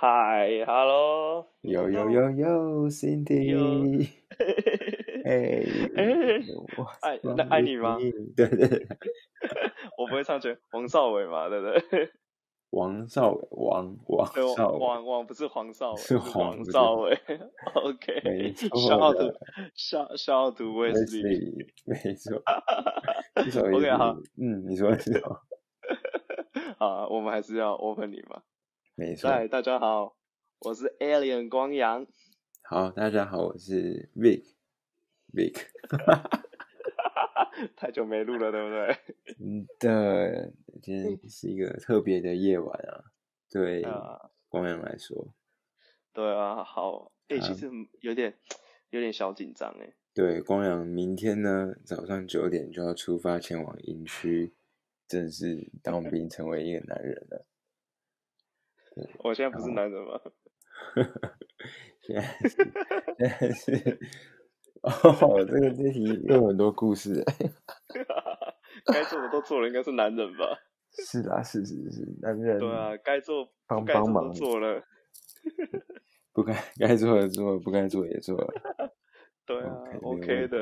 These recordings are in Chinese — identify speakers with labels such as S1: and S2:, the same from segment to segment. S1: 嗨，Hello，
S2: 有有有有，Cindy，哎，
S1: 爱那爱你吗？
S2: 对对对，
S1: 我不会唱全王少伟嘛，对不对？
S2: 王少伟，王王
S1: 对，
S2: 少伟，
S1: 王王不是黄少伟，
S2: 是黄
S1: 王
S2: 不是
S1: 少伟。
S2: 没
S1: OK，
S2: 错
S1: 笑
S2: 的
S1: 的笑笑的 w e s l e
S2: ，Wesley，没错，这首
S1: OK，
S2: 也是
S1: 好，
S2: 嗯，你说的是哦，
S1: 啊，我们还是要 opening 嘛。
S2: 没错。
S1: 嗨，大家好，我是 Alien 光阳。
S2: 好，大家好，我是 Vic，Vic，
S1: 太久没录了，对不对？
S2: 真的，嗯今天是一个特别的夜晚啊，对
S1: 嗯啊，
S2: 光阳来说，
S1: 对啊，好，哎、
S2: 好
S1: 其实有点有点小紧张哎。
S2: 对，光阳明天呢早上九点就要出发前往营区，正式当兵成为一个男人了。
S1: 我现在
S2: 哦
S1: 不是男人吗？
S2: 现在是现在是哦，这个这题又有很多故事欸。
S1: 该做的都做了，应该是男人吧？
S2: 是啦，是是是，男人
S1: 对啊，该做不
S2: 帮
S1: 该做
S2: 帮
S1: 都
S2: 忙，
S1: 做了，
S2: 不该该做的做了，不该做的也做了。
S1: 对啊
S2: OK，
S1: ，OK
S2: 没
S1: 的。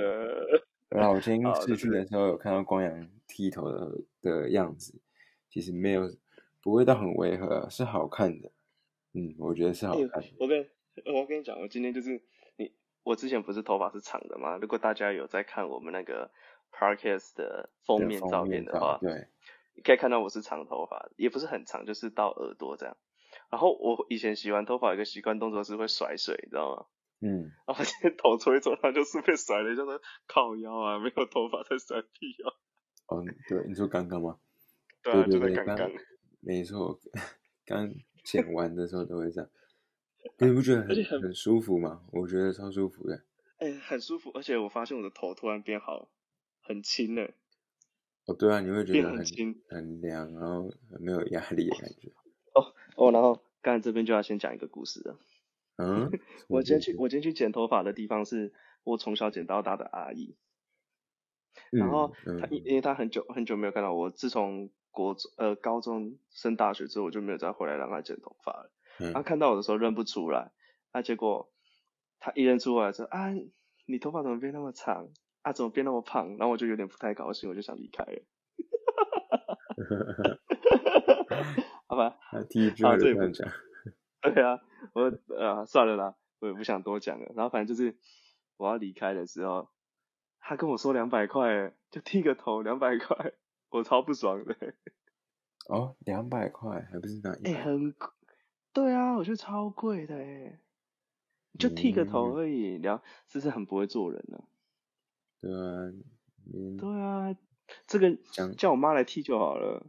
S2: 然后我今天
S1: 好
S2: 试
S1: 就
S2: 训的时候有看到光阳剃头的的样子，其实没有不会到很违和啊，是好看的。嗯，我觉得是好
S1: 哎呦
S2: 看的。
S1: 我跟我跟你讲，我今天就是你，我之前不是头发是长的吗？如果大家有在看我们那个 podcast 的封
S2: 的
S1: 面
S2: 封
S1: 照
S2: 面
S1: 片的
S2: 照
S1: 话，
S2: 对，
S1: 你可以看到我是长头发，也不是很长，就是到耳朵这样。然后我以前洗完头发有个习惯动作是会甩水，你知道吗？
S2: 嗯。
S1: 然后我今天头吹一吹，它就是被甩了，就是靠腰啊，没有头发在甩屁啊。
S2: 哦，对，你说刚刚吗？
S1: 对啊，
S2: 对
S1: 就在
S2: 对
S1: 刚
S2: 刚
S1: 刚。
S2: 没错，刚剪完的时候都会这样。你不觉得
S1: 而且
S2: 很
S1: 很
S2: 很舒服吗？我觉得超舒服的。
S1: 哎、很舒服，而且我发现我的头突然变好，很轻了、
S2: 哦，对啊，你会觉
S1: 变
S2: 得
S1: 很
S2: 很
S1: 轻
S2: 很凉，然后很没有压力的感觉。
S1: 哦。然后刚才这边就要先讲一个故事了。
S2: 嗯，
S1: 我今天
S2: 觉得
S1: 去，我今天去剪头发的地方是我从小剪到大的阿姨，然后
S2: 嗯
S1: 她
S2: 嗯
S1: 因因为她很久很久没有看到我，自从国中呃高中升大学之后，我就没有再回来让她剪头发了。她
S2: 嗯，
S1: 看到我的时候认不出来，啊，结果她一认出我来说啊，你头发怎么变那么长啊，怎么变那么胖？然后我就有点不太高兴，我就想离开 了。 好吧，
S2: 他第一句
S1: 啊
S2: 话就
S1: 这也
S2: 这
S1: 不
S2: 样 讲，
S1: 对啊，我呃算了啦，我也不想多讲了。然后反正就是我要离开的时候，他跟我说两百块欸，就剃个头两百块，我超不爽的。欸
S2: 哦，两百块还不是拿
S1: 哎、
S2: 一百？
S1: 很贵，对啊，我觉得超贵的哎，就剃个头
S2: 嗯
S1: 而已，两是不是很不会做人呢、
S2: 对啊，嗯，
S1: 对啊，这个
S2: 讲
S1: 叫我妈来剃就好了。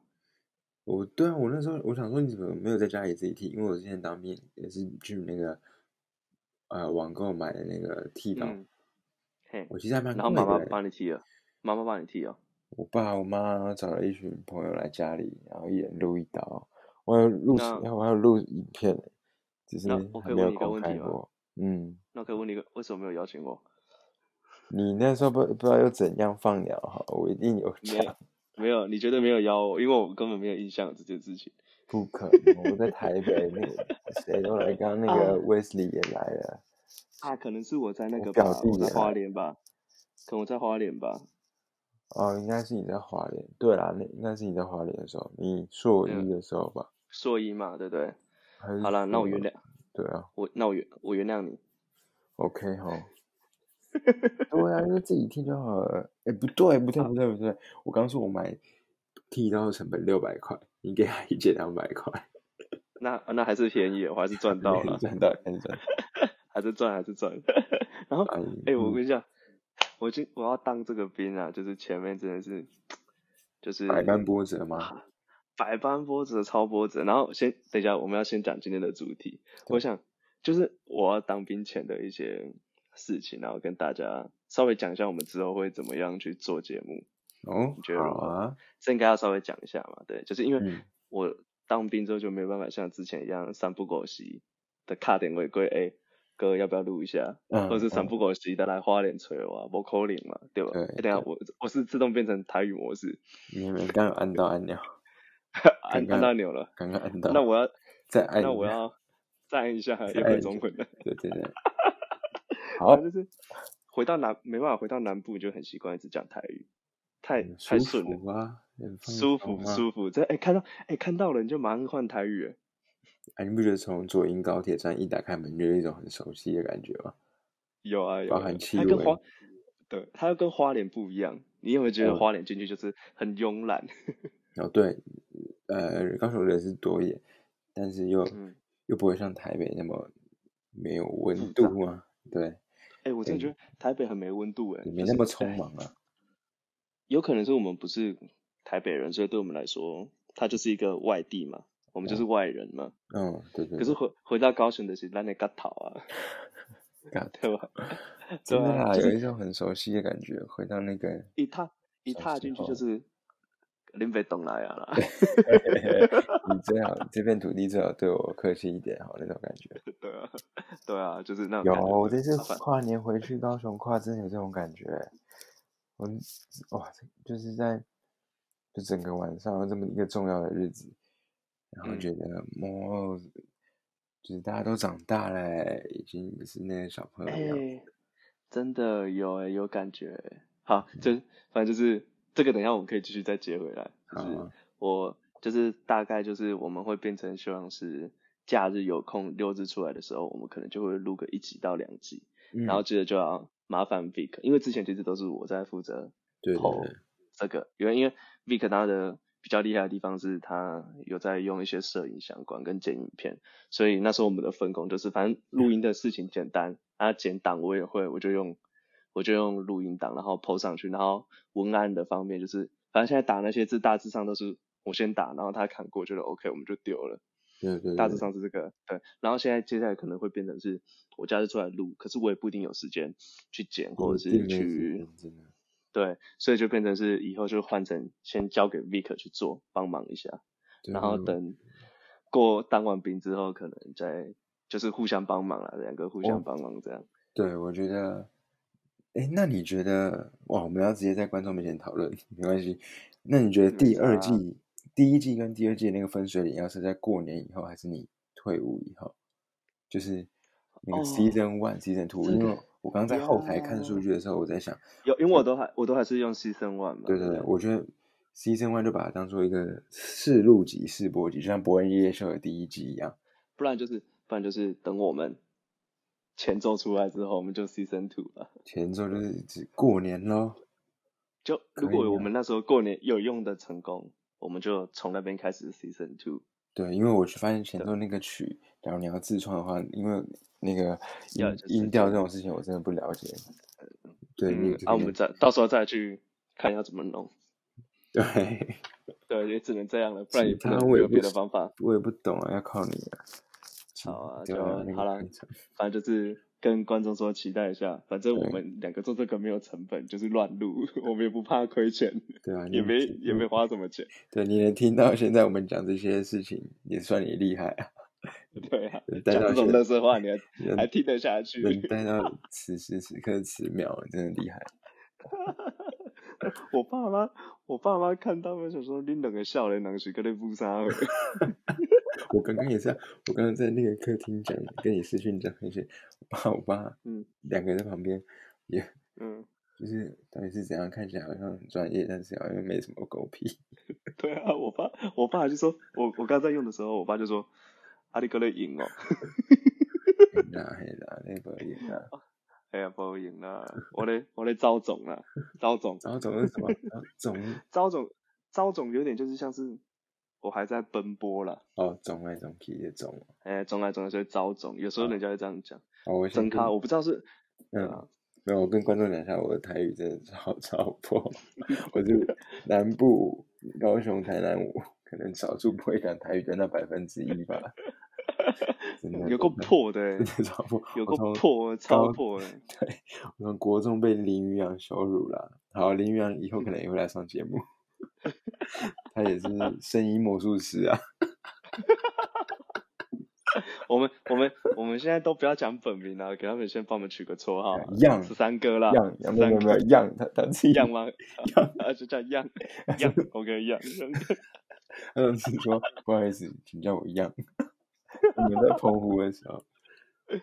S2: 我对啊，我那时候我想说你怎么没有在家里自己剃？因为我之前当兵也是去那个呃网购买的那个剃刀，
S1: 嗯，嘿，
S2: 我其实还蛮
S1: 然后
S2: 贵
S1: 妈妈
S2: 的欸。
S1: 帮你剃了，妈妈帮你剃哦。
S2: 我爸我妈找了一群朋友来家里，然后一人录一刀，我还有录视，
S1: 那
S2: 我还有录影片呢，欸只是
S1: 那我可
S2: 还
S1: 以
S2: 没
S1: 问
S2: 有
S1: 你一个
S2: 公
S1: 问题
S2: 开
S1: 吗
S2: 过。嗯，
S1: 那可以问你一个，为什么没有邀请我？
S2: 你那时候不不知道又怎样放鸟哈，我一定有
S1: 没有
S2: 讲，
S1: 没有，你绝对没有邀我，因为我根本没有印象这件事情。
S2: 不可能，我在台北那个谁都来，刚刚 那
S1: 啊
S2: 个 Wesley 也来了，
S1: 啊，可能是我在那
S2: 我
S1: 个吧，
S2: 表弟
S1: 我在
S2: 也
S1: 花
S2: 来
S1: 莲吧，可能我在花莲吧。
S2: 哦，应该是你在华联，对啦，那应该是你在华联的时候，你硕
S1: 嗯
S2: 一的时候吧？
S1: 硕一嘛，对不对？
S2: 还是
S1: 好了，那我
S2: 硕
S1: 原
S2: 二
S1: 谅
S2: 对啊
S1: 我，那我原我原谅你。
S2: ，OK 哈。 对啊，就自己剃就好了。哎、不对，不对，不对，不对，我刚说我买剃刀的成本六百块，你给他一件两百块，
S1: 那那还是便宜了，我还是赚到 了，
S2: 赚到，赚到。
S1: 还是赚，还是赚。 然后，
S2: 哎
S1: 哎、我
S2: 嗯
S1: 跟你讲，我今我要当这个兵啊，就是前面真的是，就是
S2: 百般波折吗？
S1: 啊百般波折，超波折。然后先等一下，我们要先讲今天的主题。我想就是我要当兵前的一些事情，然后跟大家稍微讲一下我们之后会怎么样去做节目。
S2: 哦
S1: 你觉，得
S2: 好
S1: 如何
S2: 啊，
S1: 这应该要稍微讲一下嘛，对，就是因为
S2: 嗯
S1: 我当兵之后就没有办法像之前一样三不狗席的卡点违规，哎、哥要不要录一下，
S2: 嗯，
S1: 或者是三
S2: 嗯
S1: 不狗席的来花脸锤我啊，我扣零嘛，对吧？
S2: 对
S1: 哎等一下我我是自动变成台语模式，
S2: 你们刚有按到按钮，
S1: 按按
S2: 刚刚
S1: 到钮了，
S2: 刚刚按到，
S1: 那我要
S2: 再按一下，
S1: 那我要赞一 下，也
S2: 哎赞
S1: 会
S2: 一
S1: 中
S2: 下
S1: 文的。
S2: 对 对对。好
S1: 反，正就是回到南没办法回到南部，就很习惯一直讲台语，太
S2: 很
S1: 太
S2: 嗯舒
S1: 顺了，
S2: 服啊，很放
S1: 舒
S2: 松
S1: 服
S2: 啊
S1: 舒服。这哎、看到哎、看到了你就马上换台语了，
S2: 哎，你不觉得从左营高铁站一打开门，就有一种很熟悉的感觉吗？
S1: 有啊有
S2: 包
S1: 啊，
S2: 含气
S1: 它跟
S2: 味
S1: 花对它跟花莲不一样。你有没有觉得
S2: 嗯
S1: 花莲进去就是很慵懒？
S2: 然后对，呃，高雄人是多一点，但是又、
S1: 嗯
S2: 又不会像台北那么没有
S1: 复
S2: 温
S1: 杂
S2: 度啊，对，
S1: 哎、我真的觉得台北很没温度哎、
S2: 也没
S1: 就
S2: 那
S1: 是
S2: 么
S1: 对
S2: 匆忙啊，
S1: 有可能是我们不是台北人，所以对我们来说，它就是一个外地嘛，我们就是外人嘛。
S2: 嗯，对对
S1: 可是
S2: 对，
S1: 回回到高雄的是咱的个头啊，
S2: 嘎
S1: 对吧？
S2: 真的
S1: 对啊
S2: 啦，
S1: 就是
S2: 有一种很熟悉的感觉，回 到那个
S1: 一踏一
S2: 小
S1: 踏
S2: 时
S1: 进去
S2: 候
S1: 就是林北东来啊啦，
S2: 你最好这片土地最好对我客气一点，好那种感觉。
S1: 对啊，对啊，就是那种
S2: 有，
S1: 感觉
S2: 我这次
S1: 麻烦
S2: 跨年回去高雄跨，真的有这种感觉。我哇，就是在就整个晚上这么一个重要的日子，然后
S1: 嗯
S2: 觉得哇，就是大家都长大了欸，已经不是那个小朋友
S1: 哎、
S2: 一样。
S1: 真的有哎、有感觉欸、好，
S2: 嗯
S1: 就是反正就是这个，等一下我们可以继续再接回来。哎就是
S2: 好啊
S1: 我就是大概就是我们会变成希望是假日有空六日出来的时候，我们可能就会录个一集到两集，
S2: 嗯，
S1: 然后接着就要麻烦 Vic，因为之前其实都是我在负责
S2: 对对
S1: 投
S2: 对，
S1: 这个，因为因为 Vic 他的比较厉害的地方是他有在用一些摄影相关跟剪影片，所以那时候我们的分工就是，反正录音的事情简单，啊剪档我也会，我就用我就用录音档，然后 PO 上去，然后文案的方面就是，反正现在打那些字大致上都是我先打，然后他看过觉得 OK，我们就丢了。
S2: 对对
S1: 大
S2: 对
S1: 致上是这个，对。然后现在接下来可能会变成是我假日出来录，可是我也不一定有时间去剪，或者
S2: 嗯一定
S1: 是
S2: 没时
S1: 去
S2: 间真的
S1: 对，所以就变成是以后就换成先交给 Vic 去做，帮忙一下，
S2: 对
S1: 然后
S2: 对
S1: 等过当完兵之后，可能再就是互相帮忙了，两个互
S2: 哦
S1: 相帮忙这样。
S2: 对，我觉得，哎，那你觉得哇？我们要直接在观众面前讨论，没关系。那你觉得
S1: 没
S2: 第二
S1: 差啊
S2: 季、第一季跟第二季的那个分水岭，要是在过年以后，还是你退伍以后？就是那个
S1: 哦
S2: season one、season two，
S1: 这
S2: 因
S1: 个
S2: 为我刚在后台看数
S1: 呀
S2: 据的时候，我在想，
S1: 有，因为我都还我都还是用 Season One 嘛。
S2: 对对对，我觉得 season one 就把它当做一个试录集、试播集，就像伯恩夜夜秀的第一季一样。
S1: 不然就是不然就是等我们前奏出来之后，我们就 Season Two 了。
S2: 前奏就是指过年喽，
S1: 就如
S2: 可以
S1: 果我
S2: 啊
S1: 们那时候过年有用的成功，我们就从那边开始 season two。
S2: 对，因为我去发现前奏那个曲，然后你要自创的话，因为那个
S1: 要
S2: 音
S1: 就是
S2: 音调
S1: 对
S2: 这种事情我真的不了解。对，你
S1: 嗯
S2: 有，这
S1: 啊，我
S2: 个
S1: 们再到时候再去看要怎么弄。
S2: 对，
S1: 对，也只能这样了，不然
S2: 其
S1: 也不
S2: 他
S1: 能
S2: 我也
S1: 有
S2: 不
S1: 别的
S2: 知
S1: 方法。
S2: 我也不懂啊，要靠你了。其
S1: 好啊，
S2: 对
S1: 就
S2: 啊，那个
S1: 好了
S2: 非常，
S1: 反正就是跟观众说期待一下，反正我
S2: 对
S1: 们两个做这个没有成本，就是乱录， 我们也不怕亏钱，
S2: 对啊，
S1: 也
S2: 你
S1: 没也没
S2: 你
S1: 花什么 钱。
S2: 对，你能听到现在我们讲这些事情，也算你厉害啊。
S1: 对啊，
S2: 能带
S1: 讲
S2: 到
S1: 这种
S2: 些
S1: 乐色话，你还
S2: 能
S1: 还听得下去？
S2: 能待到此时此刻此秒，真的厉害。
S1: 我爸妈，我爸妈看到们想说，你两个笑脸，人是跟你不啥会。
S2: 我刚刚也是啊，我刚刚在那个客厅讲，跟你视讯讲一些，我爸我爸
S1: 嗯
S2: 两个人在旁边也。
S1: 嗯，
S2: 就是到底是怎样看起来好像很专业，但是好像没什么狗屁。
S1: 对啊，我爸，我爸就说，我我刚在用的时候，我爸就说，阿里哥在赢哦，
S2: 嘿啦嘿啦，那个也啦。
S1: 哎呀，不赢啦，我嘞我嘞招总啦，招总，
S2: 然后总是什么？然后总
S1: 招总，招总有点就是像是我还在奔波啦，
S2: 哦，总来总去的总。
S1: 哎，总来总来所以招总，有时
S2: 啊
S1: 候人家会这样 讲，
S2: 哦，我
S1: 真
S2: 先跟
S1: 咖，我不知道是，对啊
S2: 嗯，没有，我跟观众讲一下，我的台语真的超超破。我是南部高雄、台南，我可能少数不会讲台语的那百分之一 吧。真的
S1: 有够
S2: 真的
S1: 破的欸
S2: 真，的超破，
S1: 有
S2: 我
S1: 够
S2: 从
S1: 破，超
S2: 高
S1: 破的。
S2: 对，我们国中被林宇阳羞辱了。好，林宇阳以后可能也会来上 节目，他也是声音魔术师 啊。
S1: 我们我们我们现在都不要讲本名了、给他们先帮我们取个绰号啊，
S2: 样
S1: 十三哥啦，
S2: 样
S1: 十
S2: 样没有
S1: 三
S2: 没有没
S1: 哥
S2: 有样，他他自己
S1: 样吗？
S2: 样
S1: 啊，就叫 样样，OK 样，样
S2: 他上次说不好意思，请叫我样。你们在澎湖的时候，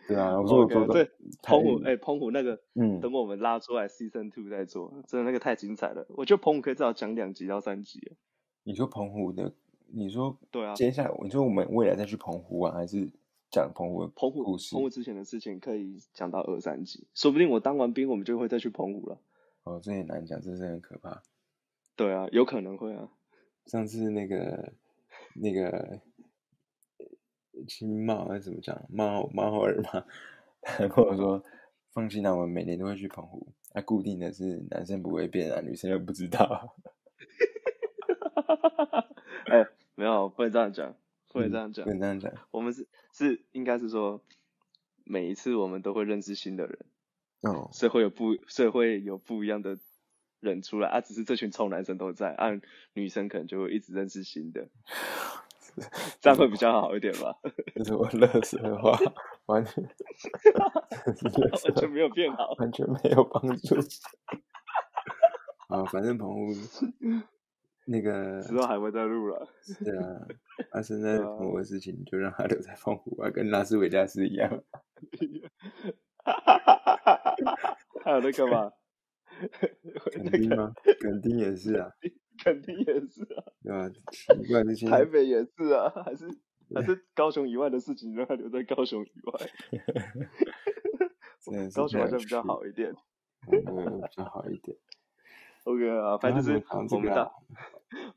S2: 对啊，我说我做
S1: 哦 OK，
S2: 的
S1: 对，澎湖，
S2: 台语
S1: 哎、澎湖那个，
S2: 嗯，
S1: 等我们拉出来 season two 再做，真的那个太精彩了。我觉得澎湖可以至少讲两集到三集了。
S2: 你说澎湖的，你说
S1: 对啊，
S2: 接下来，你说我们未来再去澎湖玩，还是讲澎湖的
S1: 澎湖
S2: 故事
S1: 澎？湖之前的事情可以讲到二三集，说不定我当完兵，我们就会再去澎湖了。
S2: 哦，这也难讲，这是很可怕。
S1: 对啊，有可能会啊。
S2: 上次那个那个呃青茂还是怎么讲？猫猫耳 嘛，他跟我说，放心啦、我们每年都会去澎湖。那、固定的是男生不会变啊，女生又不知道。
S1: 哎、没有，不能这样讲，不能这样讲
S2: 不。能这样讲。
S1: 我们是是应该是说，每一次我们都会认识新的人，
S2: 哦，
S1: 所以会有不，所以会有不一样的人出来啊。只是这群臭男生都在，啊，女生可能就会一直认识新的，这样会比较好一点吧？
S2: 这是我乐色话，完全垃圾
S1: 完全没有变 好。
S2: 完全没有帮助。 啊，反正澎湖那个
S1: 之后还会再录了。
S2: 是 啊，发生在
S1: 对啊
S2: 澎湖的事情就让它留在澎湖啊，跟拉斯维加 斯一样。
S1: 还有那个嘛，
S2: 垦
S1: 那
S2: 丁
S1: 个
S2: 吗？垦丁也是 啊，
S1: 肯定也是啊，
S2: 对吧？奇怪，这些
S1: 台北也是啊，还是还是高雄以外的事情让它留在高雄以外，
S2: 真的是
S1: 高雄好
S2: 太
S1: 像
S2: 有
S1: 比较
S2: 趣
S1: 好一点。
S2: 了，嗯，比较好一点。
S1: OK 啊，反正就
S2: 然
S1: 是
S2: 后我
S1: 我
S2: 们讲这
S1: 们
S2: 个
S1: 大
S2: 啊，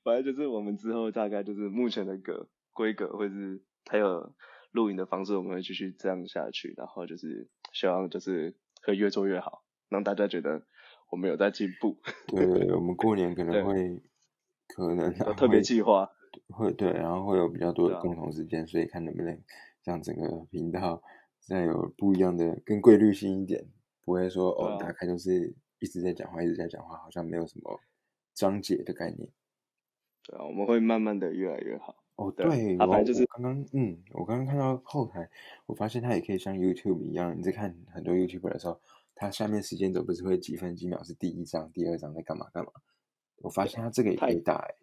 S1: 反正就是我们之后大概就是目前的个规格，或是还有录影的方式，我们会继续这样下去，然后就是希望就是会越做越好，让大家觉得我们有在进 步，
S2: 对对，我们过年可
S1: 对
S2: 能会，可能啊
S1: 有特别
S2: 会
S1: 计划。
S2: 会对，然后会有比较多
S1: 对
S2: 的
S1: 啊
S2: 共同时间，所以看能不能让整个频道再有不一样的、更规律性一点，不会说哦，
S1: 对啊
S2: 打开都是一直在讲话，一直在讲话，好像没有什么章节的概念。
S1: 对啊，我们会慢慢的越来越好。
S2: 哦，
S1: 对啊
S2: 对，
S1: 啊
S2: 我
S1: 反正就
S2: 我
S1: 是
S2: 刚刚，嗯，我刚刚看到后台，我发现它也可以像 YouTube 一样，你在看很多 YouTube 的时候，它下面时间轴不是会几分几秒是第一章、第二章在干嘛干嘛？我发现它这个也
S1: 它
S2: 可
S1: 也
S2: 以打、欸，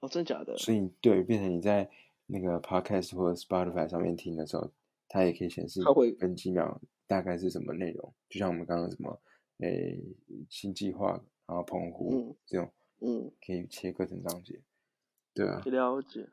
S1: 哦，真假的？
S2: 所以对，变成你在那个 podcast 或者 Spotify 上面听的时候，它也可以显示
S1: 它会
S2: 分几秒大概是什么内容。就像我们刚刚什么，诶、新计划，然后澎湖、
S1: 嗯
S2: 这种，
S1: 嗯，
S2: 可以切割成章节。对啊，
S1: 了解。
S2: 嗯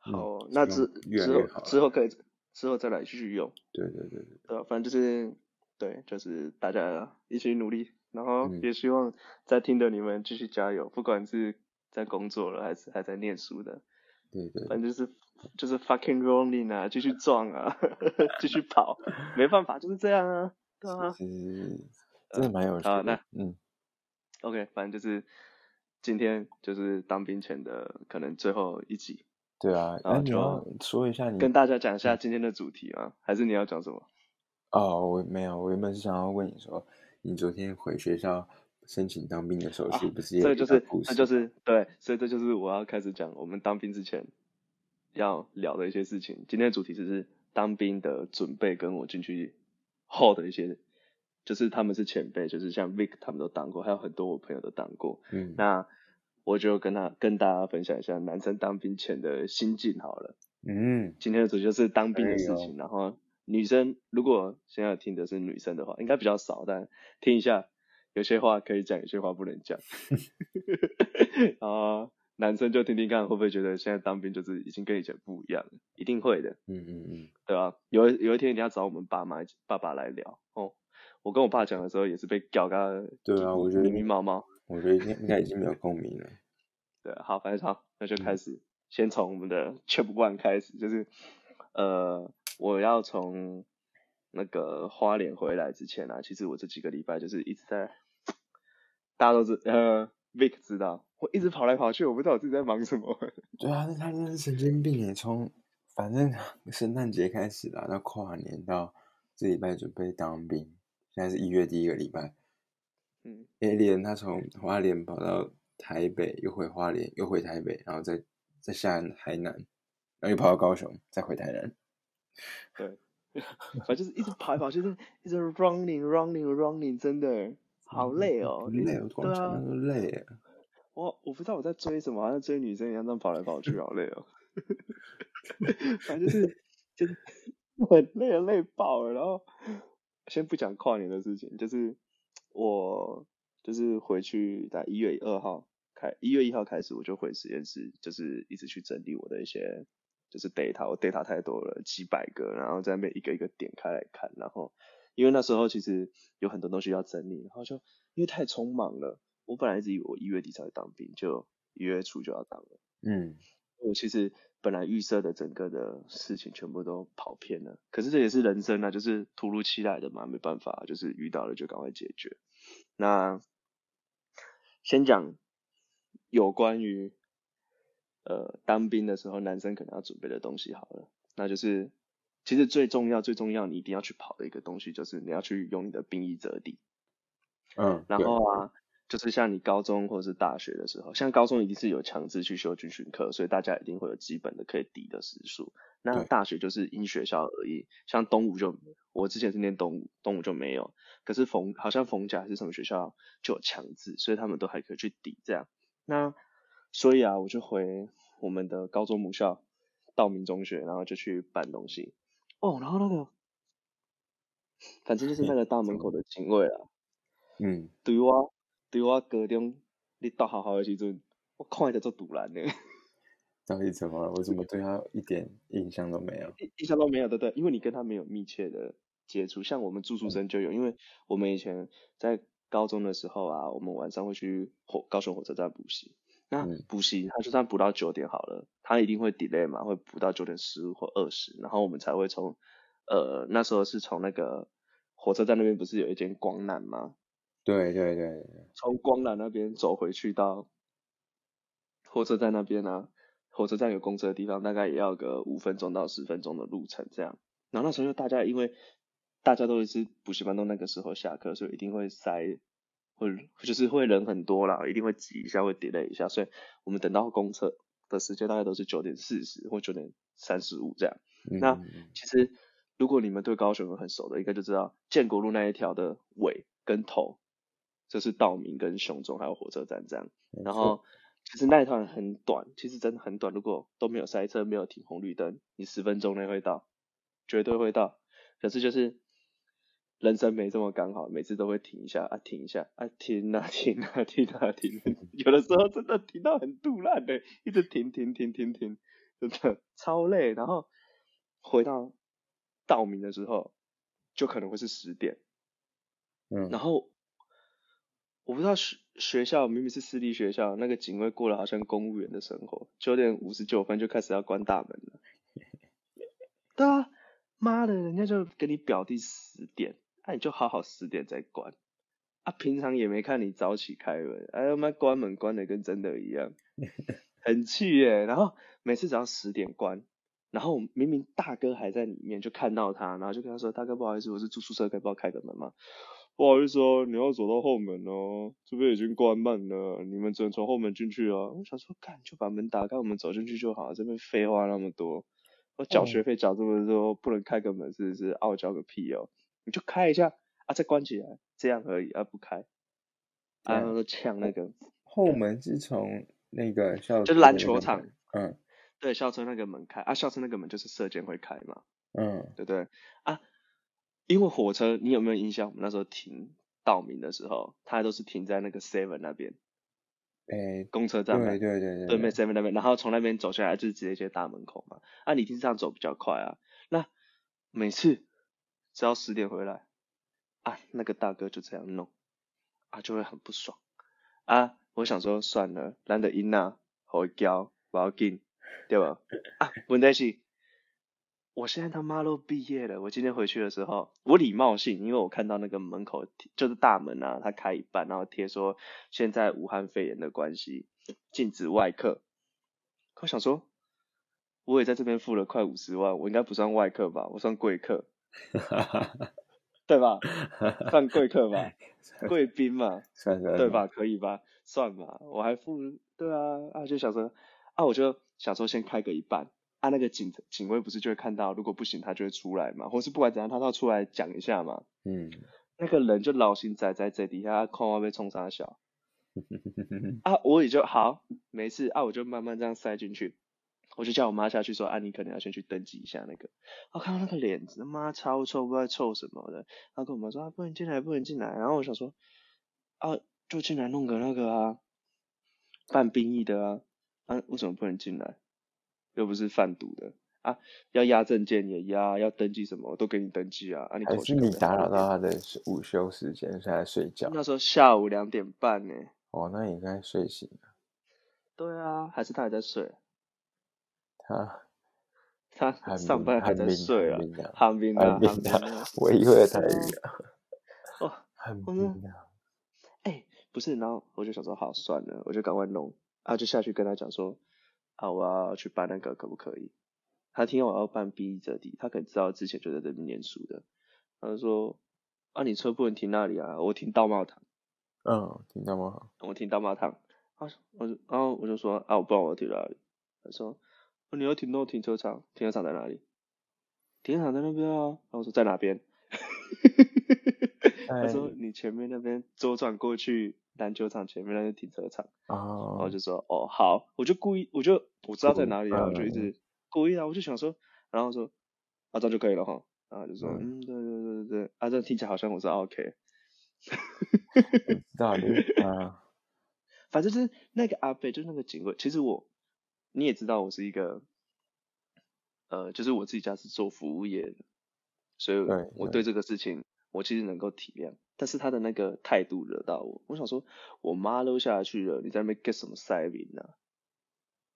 S1: 好，那
S2: 希
S1: 之
S2: 望越来
S1: 之
S2: 越
S1: 后
S2: 好
S1: 之
S2: 啦
S1: 后可以之后再来继续用，
S2: 对对对对，
S1: 对吧？呃反正就是对，就是大家一起努力，然后
S2: 嗯
S1: 也希望在听的你们继续加油，不管是在工作了还是还在念书的，
S2: 对对
S1: 反正就是就是 fucking rolling 啊，继续撞啊， 继续跑，没办法，就是这样啊，对啊。
S2: 是是是，真的蛮有趣
S1: 呃好
S2: 的。
S1: 那
S2: 嗯，
S1: OK，反正就是今天就是当兵前的可能最后一集，
S2: 对啊，
S1: 然
S2: 那
S1: 后
S2: 你
S1: 就
S2: 要说一下你嗯
S1: 跟大家讲一下今天的主题啊，还是你要讲什么？
S2: 哦，我没有，我原本是想要问你说，你昨天回学校申请当兵的手续，
S1: 啊
S2: 不是也
S1: 这
S2: 有
S1: 就
S2: 一
S1: 是
S2: 段故，
S1: 这
S2: 事
S1: 就是对，所以这就是我要开始讲我们当兵之前要聊的一些事情。今天的主题就是当兵的准备，跟我进去后的一些，就是他们是前辈，就是像 Vic 他们都当过，还有很多我朋友都当过。
S2: 嗯，
S1: 那我就跟他跟大家分享一下男生当兵前的心境好了。
S2: 嗯，
S1: 今天的主题就是当兵
S2: 哎
S1: 的事
S2: 呦
S1: 情，然后女生如果现在听的是女生的话，应该比较少，但听一下，有些话可以讲，有些话不能 讲。然后男生就听听看，会不会觉得现在当兵就是已经跟以前不一样了？一定会的，
S2: 嗯嗯嗯，
S1: 对吧、有一有一天一定要找我们爸妈爸爸来聊哦。我跟我爸讲的时候也是被搞个
S2: 对啊我觉得
S1: 迷迷毛毛。
S2: 我觉得应该应该已经没有共鸣了。
S1: 对，啊好，反正好，那就开始，先从我们的 Chip One 开始，就是呃，我要从那个花莲回来之前啊，其实我这几个礼拜就是一直在，大家都知呃，Vic 知道，我一直跑来跑去，我不知道我自己在忙什么。
S2: 对啊，那他真的是神经病耶！从反正 圣诞节开始啦，到跨年，到这礼拜准备当兵，现在是一月第一个礼拜。
S1: 嗯，
S2: A 连他从花莲跑到台北，又回花莲，又回台北，然后再再下台南，然后又跑到高雄，再回台南。
S1: 反正就是一直跑来跑去，就是一直 running running running，真的好累哦，
S2: 累，我光
S1: 对
S2: 想
S1: 啊
S2: 到，都累耶。
S1: 我我不知道我在 追什么，好像追女生一样，这样跑来跑去，好累哦。反正就是就是 我累啊累爆了。然后先不讲跨年的事情，就是我就是回去在一月二号开，一月一号开始我就回实验室，就是一直去整理我的一些就是 data，我 data 太多了，几百个，然后在那边一个一个点开来看，然后因为那时候其实有很多东西要整理，然后就因为太匆忙了，我本来一直以为我一月底才会当兵，就一月初就要当了。
S2: 嗯，
S1: 我其实本来预设的整个的事情全部都跑偏了，可是这也是人生啊，就是突如其来的嘛，没办法，就是遇到了就赶快解决。那先讲有关于呃当兵的时候男生可能要准备的东西好了，那就是其实最重要最重要你一定要去跑的一个东西就是你要去有你的兵役折抵，
S2: 嗯，
S1: 然
S2: 对
S1: 后啊，就是像你高中或者是大学的时候，像高中一定是有强制去修军训课，所以大家一定会有基本的可以抵的时数。那
S2: 对
S1: 大学就是因学校而异，像东吴就我之前是念东吴，东吴就没有，可是逢好像逢甲还是什么学校就有强制，所以他们都还可以去抵这样。那所以啊，我就回我们的高中母校道明中学，然后就去搬东西。哦，然后那个，反正就是那个大门口的警卫啊，
S2: 嗯，
S1: 对我对我高中你到学校的时阵，我看着做突然的，
S2: 到底怎么了？我怎么对他一点印象都没有？
S1: 一一想都没有，对不对？因为你跟他没有密切的接触，像我们住宿生就有，因为我们以前在高中的时候啊，我们晚上会去火高雄火车站补习。那
S2: 嗯
S1: 补习，他就算补到九点好了，他一定会 delay 嘛，会补到九点十五或二十，然后我们才会从，呃，那时候是从那个火车站那边不是有一间光南吗？
S2: 对对对对，
S1: 从光南那边走回去到火车站那边啊，火车站有公车的地方，大概也要个五分钟到十分钟的路程这样。然后那时候就大家因为大家都是补习班都那个时候下课，所以一定会塞，会就是会人很多啦，一定会挤一下，会 delay 一下，所以我们等到公车的时间大概都是九点四十或九点三十五这样。
S2: 嗯
S1: 那
S2: 嗯嗯
S1: 其实如果你们对高雄有很熟的，应该就知道建国路那一条的尾跟头，这是道明跟雄中还有火车站这样。
S2: 没
S1: 然
S2: 错
S1: 后其实那一段很短，其实真的很短，如果都没有塞车，没有停红绿灯，你十分钟内会到，绝对会到。可是就是人生没这么刚好，每次都会停一下啊，停一下啊，停啊停啊停啊停，有的时候真的停到很肚烂的，一直停停停停停，真的超累。然后回到道明的时候，就可能会是十点，
S2: 嗯，
S1: 然后我不知道学学校明明是私立学校，那个警卫过了好像公务员的生活，九点五十九分就开始要关大门了。 对啊，妈的，人家就给你表弟十点，那、你就好好十点再关。啊，平常也没看你早起开门，哎他妈关门关的跟真的一样，很气耶。然后每次只要十点关，然后明明大哥还在里面，就看到他，然后就跟他说：“大哥，不好意思，我是住宿舍，可以帮我开个门吗？”不好意思哦，你要走到后门哦，这边已经关门了，你们只能从后门进去啊。我想说，干就把门打开，我们走进去就好，这边废话那么多，我缴学费缴这么多，不能开个门是不是？傲娇个屁哦，你就开一下啊，再关起来，这样而已啊，不开。
S2: 对
S1: 啊，都呛那个，
S2: 后门是从那个校
S1: 就是
S2: 区
S1: 篮
S2: 的那
S1: 球
S2: 个
S1: 场
S2: 门，嗯
S1: 对，校车那个门开啊，校车那个门就是射箭会开嘛，
S2: 嗯，
S1: 对不对？啊，因为火车，你有没有印象？我们那时候停道明的时候，它都是停在那个 Seven 那边，
S2: 哎，
S1: 公车站那
S2: 对对对对
S1: 对面 seven 那边，然后从那边走下来就是直接接大门口嘛。啊，你平常走比较快啊。那每次只要十点回来，啊，那个大哥就这样弄，啊，就会很不爽。啊，我想说算了，咱的因呐，好教，不要紧，对吧？啊，问题是，我现在他妈都毕业了，我今天回去的时候，我礼貌性，因为我看到那个门口就是大门啊，它开一半，然后贴说现在武汉肺炎的关系，禁止外客。可我想说，我也在这边付了快五十万，我应该不算外客吧，我算贵客，对吧？算贵客吧，贵宾嘛。
S2: 算算
S1: 对？吧？可以吧？算吧，我还付对啊啊，就想说啊，我就想说先开个一半啊，那个警警卫不是就会看到，如果不行他就会出来嘛，或是不管怎样他都要出来讲一下嘛。
S2: 嗯，
S1: 那个人就老心仔仔这底下看我被冲啥 小啊，我也就好没事啊，我就慢慢这样塞进去。我就叫我妈下去说，啊，你可能要先去登记一下那个。我、看到那个脸，他妈超臭，不知道臭什么的。他跟我妈说，啊，不能进来，不能进来。然后我想说，啊，就进来弄个那个啊，犯兵役的啊，啊，为什么不能进来？又不是贩毒的啊，要压证件也压，要登记什么我都给你登记啊。啊，你
S2: 还
S1: 口
S2: 是
S1: 气
S2: 你
S1: 干嘛
S2: 打扰到他的午休时间，所以他在睡觉？
S1: 那时候下午两点半呢、
S2: 哦，那你应该睡醒了。
S1: 对啊，还是他还在睡，
S2: 他
S1: 他
S2: 寒
S1: 上
S2: 冰
S1: 班还
S2: 寒
S1: 在
S2: 冰
S1: 睡啊
S2: 寒，冰啊
S1: 寒冰啊，
S2: 寒冰
S1: 寒冰
S2: 啊
S1: 啊，
S2: 我以为的台
S1: 是
S2: 语啊，
S1: 哦，
S2: 寒
S1: 我呢
S2: 冰啊，
S1: 哎、不是，然后我就想说，好，算了，我就赶快弄，啊，就下去跟他讲说，啊，我要去办那个，可不可以？他听我要办 B 一折抵，他可能知道之前就在这边念书的，他就说，啊，你车不能停那里啊，我停道貌堂，
S2: 嗯，听到吗？
S1: 我停道貌堂，他说，我就，然后我就说，啊，我不知道我要停哪里，他说，哦你要停到停车场，停车场在哪里？停车场在那边啊，然后我说在哪 边？他
S2: 在
S1: 说你前面那边左转过去篮球场前面那是停车场，然后
S2: 哦
S1: 就，说哦好，我就故意我就我知道在哪里啊，
S2: 嗯
S1: 我就一直故意啊，我就想说，然后说啊这样就可以了哈，然后就说嗯对对对对对，啊这样听起来好像我是 OK，
S2: 我知道你 啊，
S1: 反正就是那个阿贝，就是那个警卫。其实我你也知道，我是一个，呃，就是我自己家是做服务业的，所以
S2: 对
S1: 我对这个事情我其实能够体谅。但是他的那个态度惹到我，我想说，我妈都下去了，你在那边 get 什么塞宾呢、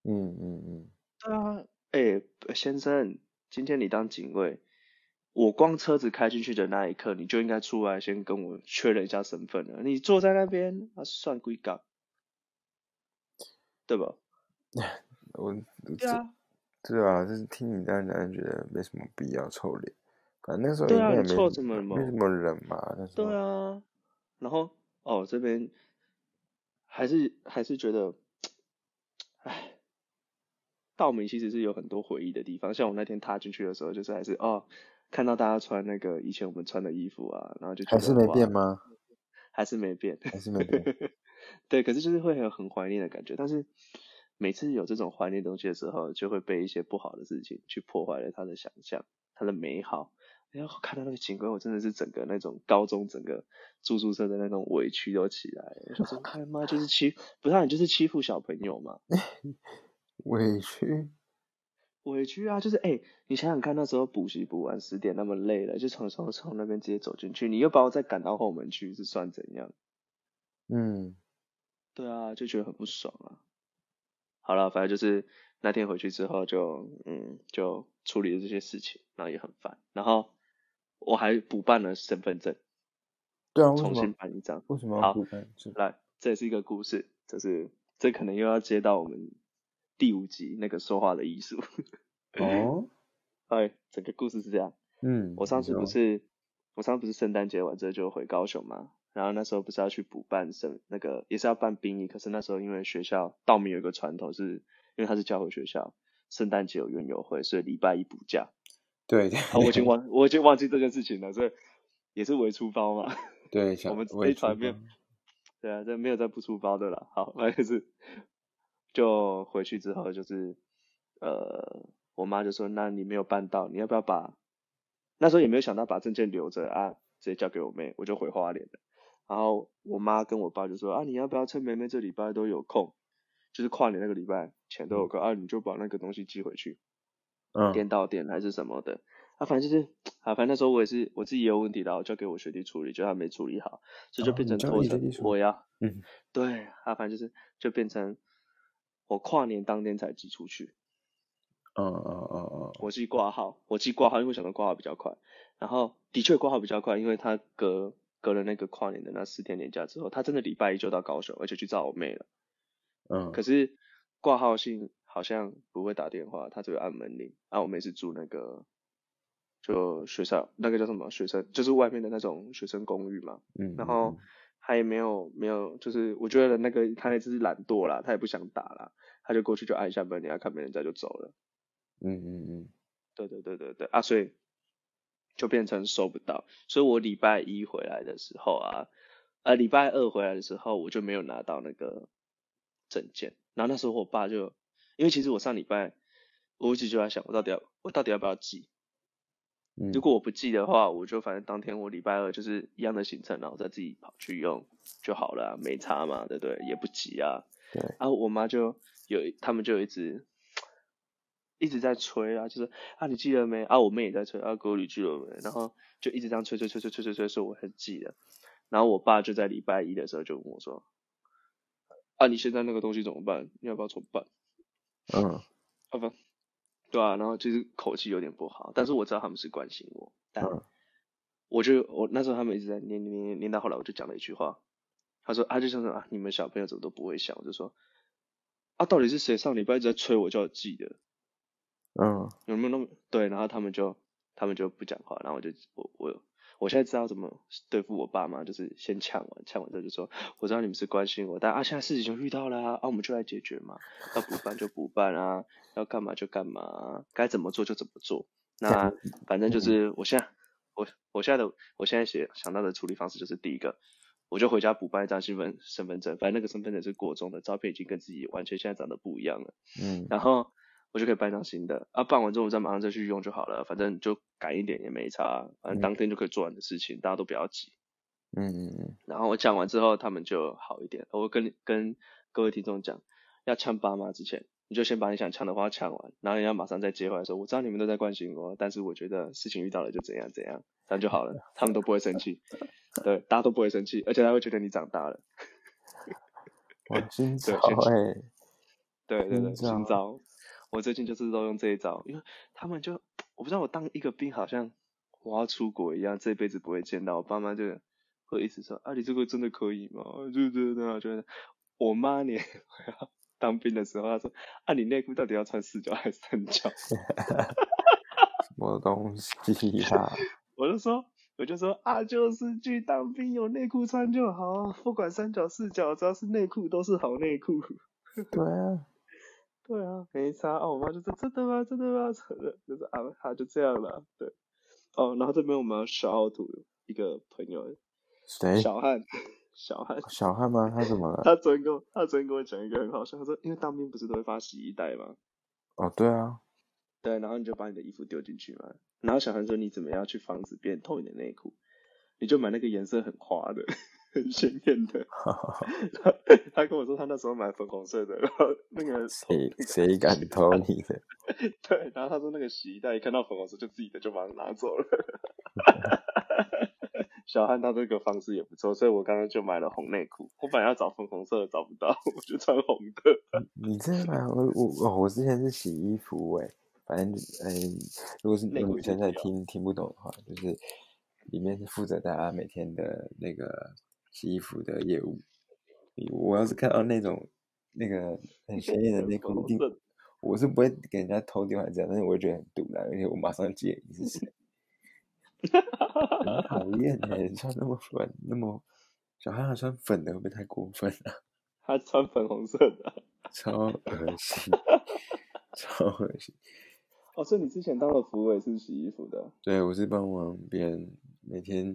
S2: 嗯嗯嗯，
S1: 对啊，哎、先生，今天你当警卫，我光车子开进去的那一刻，你就应该出来先跟我确认一下身份了。你坐在那边，啊，算鬼港，对吧？
S2: 我
S1: 对啊，
S2: 对啊，就是听你这样讲，就觉得没什么必要臭脸。反正那时候
S1: 对
S2: 应
S1: 啊
S2: 该
S1: 你
S2: 也没
S1: 臭
S2: 什
S1: 怎么了嘛
S2: 没什么人嘛，那时候
S1: 对啊，然后哦这边还是还是觉得，唉，稻米其实是有很多回忆的地方。像我那天踏进去的时候，就是还是哦，看到大家穿那个以前我们穿的衣服啊，然后就觉
S2: 还
S1: 得
S2: 是没
S1: 哇
S2: 变吗？
S1: 还是没变，
S2: 还是没变？
S1: 对，可是就是会有很怀念的感觉。但是每次有这种怀念东西的时候，就会被一些不好的事情去破坏了他的想象，他的美好。然后看到那个警官，我真的是整个那种高中整个住宿舍的那种委屈都起来了，就说他妈就是欺，不是、啊、你就是欺负小朋友嘛，
S2: 委屈，
S1: 委屈啊，就是哎、你想想看，那时候补习补完十点那么累了，就从从从那边直接走进去，你又把我再赶到后门去，是算怎样？
S2: 嗯，
S1: 对啊，就觉得很不爽啊。好了，反正就是那天回去之后就嗯就处理了这些事情，然后也很烦，然后我还补办了身份证，
S2: 对啊，为什
S1: 重新
S2: 么
S1: 办一张。
S2: 为什么
S1: 好
S2: 要补办？就
S1: 来，这也是一个故事，就是这可能又要接到我们第五集那个说话的艺术。
S2: 哦，
S1: 哎，整个故事是这样，
S2: 嗯，
S1: 我上
S2: 你
S1: 次不
S2: 说
S1: 是我上次不是圣诞节完之后就回高雄嘛，然后那时候不是要去补办圣那个也是要办兵役，可是那时候因为学校道明有一个传统是，因为他是教会学校，圣诞节有园游会，所以礼拜一补假。
S2: 对对
S1: 啊，我已经忘我已经忘记这件事情了，所以也是为出包嘛。
S2: 对，小
S1: 我们
S2: 委
S1: 这一团
S2: 屈
S1: 没有
S2: 吗，
S1: 对啊，这没有再不出包的了。好，反正就是就回去之后就是呃，我妈就说，那你没有办到，你要不要把那时候也没有想到把证件留着啊，直接交给我妹，我就回花莲了。然后我妈跟我爸就说啊，你要不要趁妹妹这礼拜都有空，就是跨年那个礼拜前都有空、啊，你就把那个东西寄回去。
S2: 嗯，
S1: 颠倒点还是什么的。啊，反正就是，啊，反正那时候我也是我自己也有问题的，然后交给我学弟处理，就他没处理好，所以就
S2: 哦
S1: 变
S2: 你
S1: 成
S2: 交
S1: 拖
S2: 你学
S1: 成
S2: 弟处
S1: 我
S2: 理
S1: 呀，
S2: 嗯，
S1: 对，啊，反正就是就变成我跨年当天才寄出去，
S2: 哦哦哦哦，
S1: 我寄挂号，我寄挂号，因为我想到挂号比较快，然后的确挂号比较快，因为他隔隔了那个跨年的那四天年假之后，他真的礼拜一就到高雄，而且去找我妹了，
S2: 嗯，
S1: 可是挂号信好像不会打电话，他只会按门铃。啊，我们也是住那个就学校那个叫什么学生，就是外面的那种学生公寓嘛。
S2: 嗯，
S1: 然
S2: 嗯
S1: 后他也没有没有，就是我觉得那个他也只是懒惰啦，他也不想打啦，他就过去就按一下门铃，啊看没人在就走了。
S2: 嗯嗯嗯
S1: 对对对对对啊，所以就变成收不到。所以我礼拜一回来的时候啊，呃，礼拜二回来的时候我就没有拿到那个证件。然后那时候我爸就，因为其实我上礼拜我一直就在想，我到底要我到底要不要记？
S2: 嗯
S1: 如果我不记的话，我就反正当天我礼拜二就是一样的行程，然后再自己跑去用就好了啊、没差嘛，对不对？也不急啊。
S2: 对
S1: 啊，我妈就有他们就一直一直在催啊，就是啊你记了没？啊我妹也在催，啊狗你记了没？然后就一直这样催催催催催催催，说我很记得。然后我爸就在礼拜一的时候就问我说：“啊你现在那个东西怎么办？你要不要重办？”
S2: 嗯，
S1: 啊不，对啊，然后就是口气有点不好，但是我知道他们是关心我，但
S2: 嗯
S1: 我就我那时候他们一直在念念念念到后来，我就讲了一句话，他说他就想说啊，你们小朋友怎么都不会想，我就说啊，到底是谁上礼拜一直在催我叫我记得，
S2: 嗯，
S1: 有没有那么对？然后他们就他们就不讲话，然后我就我我我现在知道怎么对付我爸妈，就是先呛完，呛完之后就说我知道你们是关心我，但啊现在事情就遇到了啊，啊我们就来解决嘛，要补办就补办啊，要干嘛就干嘛啊，该怎么做就怎么做。那反正就是我现在我我现在的我现在写想到的处理方式就是第一个。我就回家补办一张身份身份证，反正那个身份证是国中的，照片已经跟自己完全现在长得不一样了。
S2: 嗯，
S1: 然后我就可以办一张新的，啊，办完之后我再马上再去用就好了，反正就赶一点也没差，反正当天就可以做完的事情，大家都不要急。
S2: 嗯嗯嗯，
S1: 然后我讲完之后，他们就好一点。我跟跟各位听众讲，要呛爸妈之前，你就先把你想呛的话呛完，然后你要马上再接回来说，我知道你们都在关心我，但是我觉得事情遇到了就怎样怎样，这样就好了，他们都不会生气， 对，大家都不会生气，而且他会觉得你长大了，
S2: 哇，新
S1: 对
S2: 潮
S1: 先去
S2: 哎，
S1: 对对对，
S2: 新招
S1: 新招。我最近就是都用这一招，因为他们就我不知道我当一个兵好像我要出国一样，这辈子不会见到我爸妈就会一直说啊你这个真的可以吗？对对对，我觉得我妈连 我要当兵的时候，她说啊你内裤到底要穿四角还是三角？
S2: 什么东西呀、
S1: 我就说我就说啊就是去当兵有内裤穿就好，不管三角四角，只要是内裤都是好内裤。
S2: 对啊，
S1: 对啊，没差哦。我妈就说真的吗？真的吗？ 真的就是啊，她就这样了。对，哦，然后这边我们有小奥图一个朋友
S2: 谁？
S1: 小汉，小汉，
S2: 小汉吗？他怎么了？
S1: 他昨天跟我他昨天跟我讲一个很好笑，他说因为当兵不是都会发洗衣袋吗？
S2: 哦，对啊，
S1: 对，然后你就把你的衣服丢进去嘛。然后小韩说你怎么样去防止别人偷你的内裤？你就买那个颜色很花的、 很鲜艳的。 他他跟我说他那时候买粉红色的，然后那个
S2: 谁谁敢偷你的？
S1: 对，然后他说那个洗衣袋一看到粉红色就自己的就马上拿走了。 小汉他这个方式也不错，所以我刚刚就买了红内裤。我本来要找粉红色的找不到，我就穿红的。
S2: 你这样啊，我我哦我之前是洗衣服哎、反正就哎，如果是
S1: 内
S2: 有
S1: 裤
S2: 女生
S1: 就
S2: 在
S1: 不要
S2: 听听不懂的话，就是里面是负责大家每天的那个洗衣服的业务。我要是看到那种那个很鲜艳的内
S1: 粉
S2: 裤，一
S1: 红
S2: 定
S1: 色
S2: 我是不会给人家偷丢还是这样，但是我会觉得很堵然，而且我马上记得你是 谁，很讨厌哎、你穿那么粉，那么小孩还穿粉的，会不会太过分了、
S1: 他穿粉红色的。
S2: 超恶心，超恶心。
S1: 哦，所以你之前当了服务也是洗衣服的。
S2: 对，我是帮忙别人每天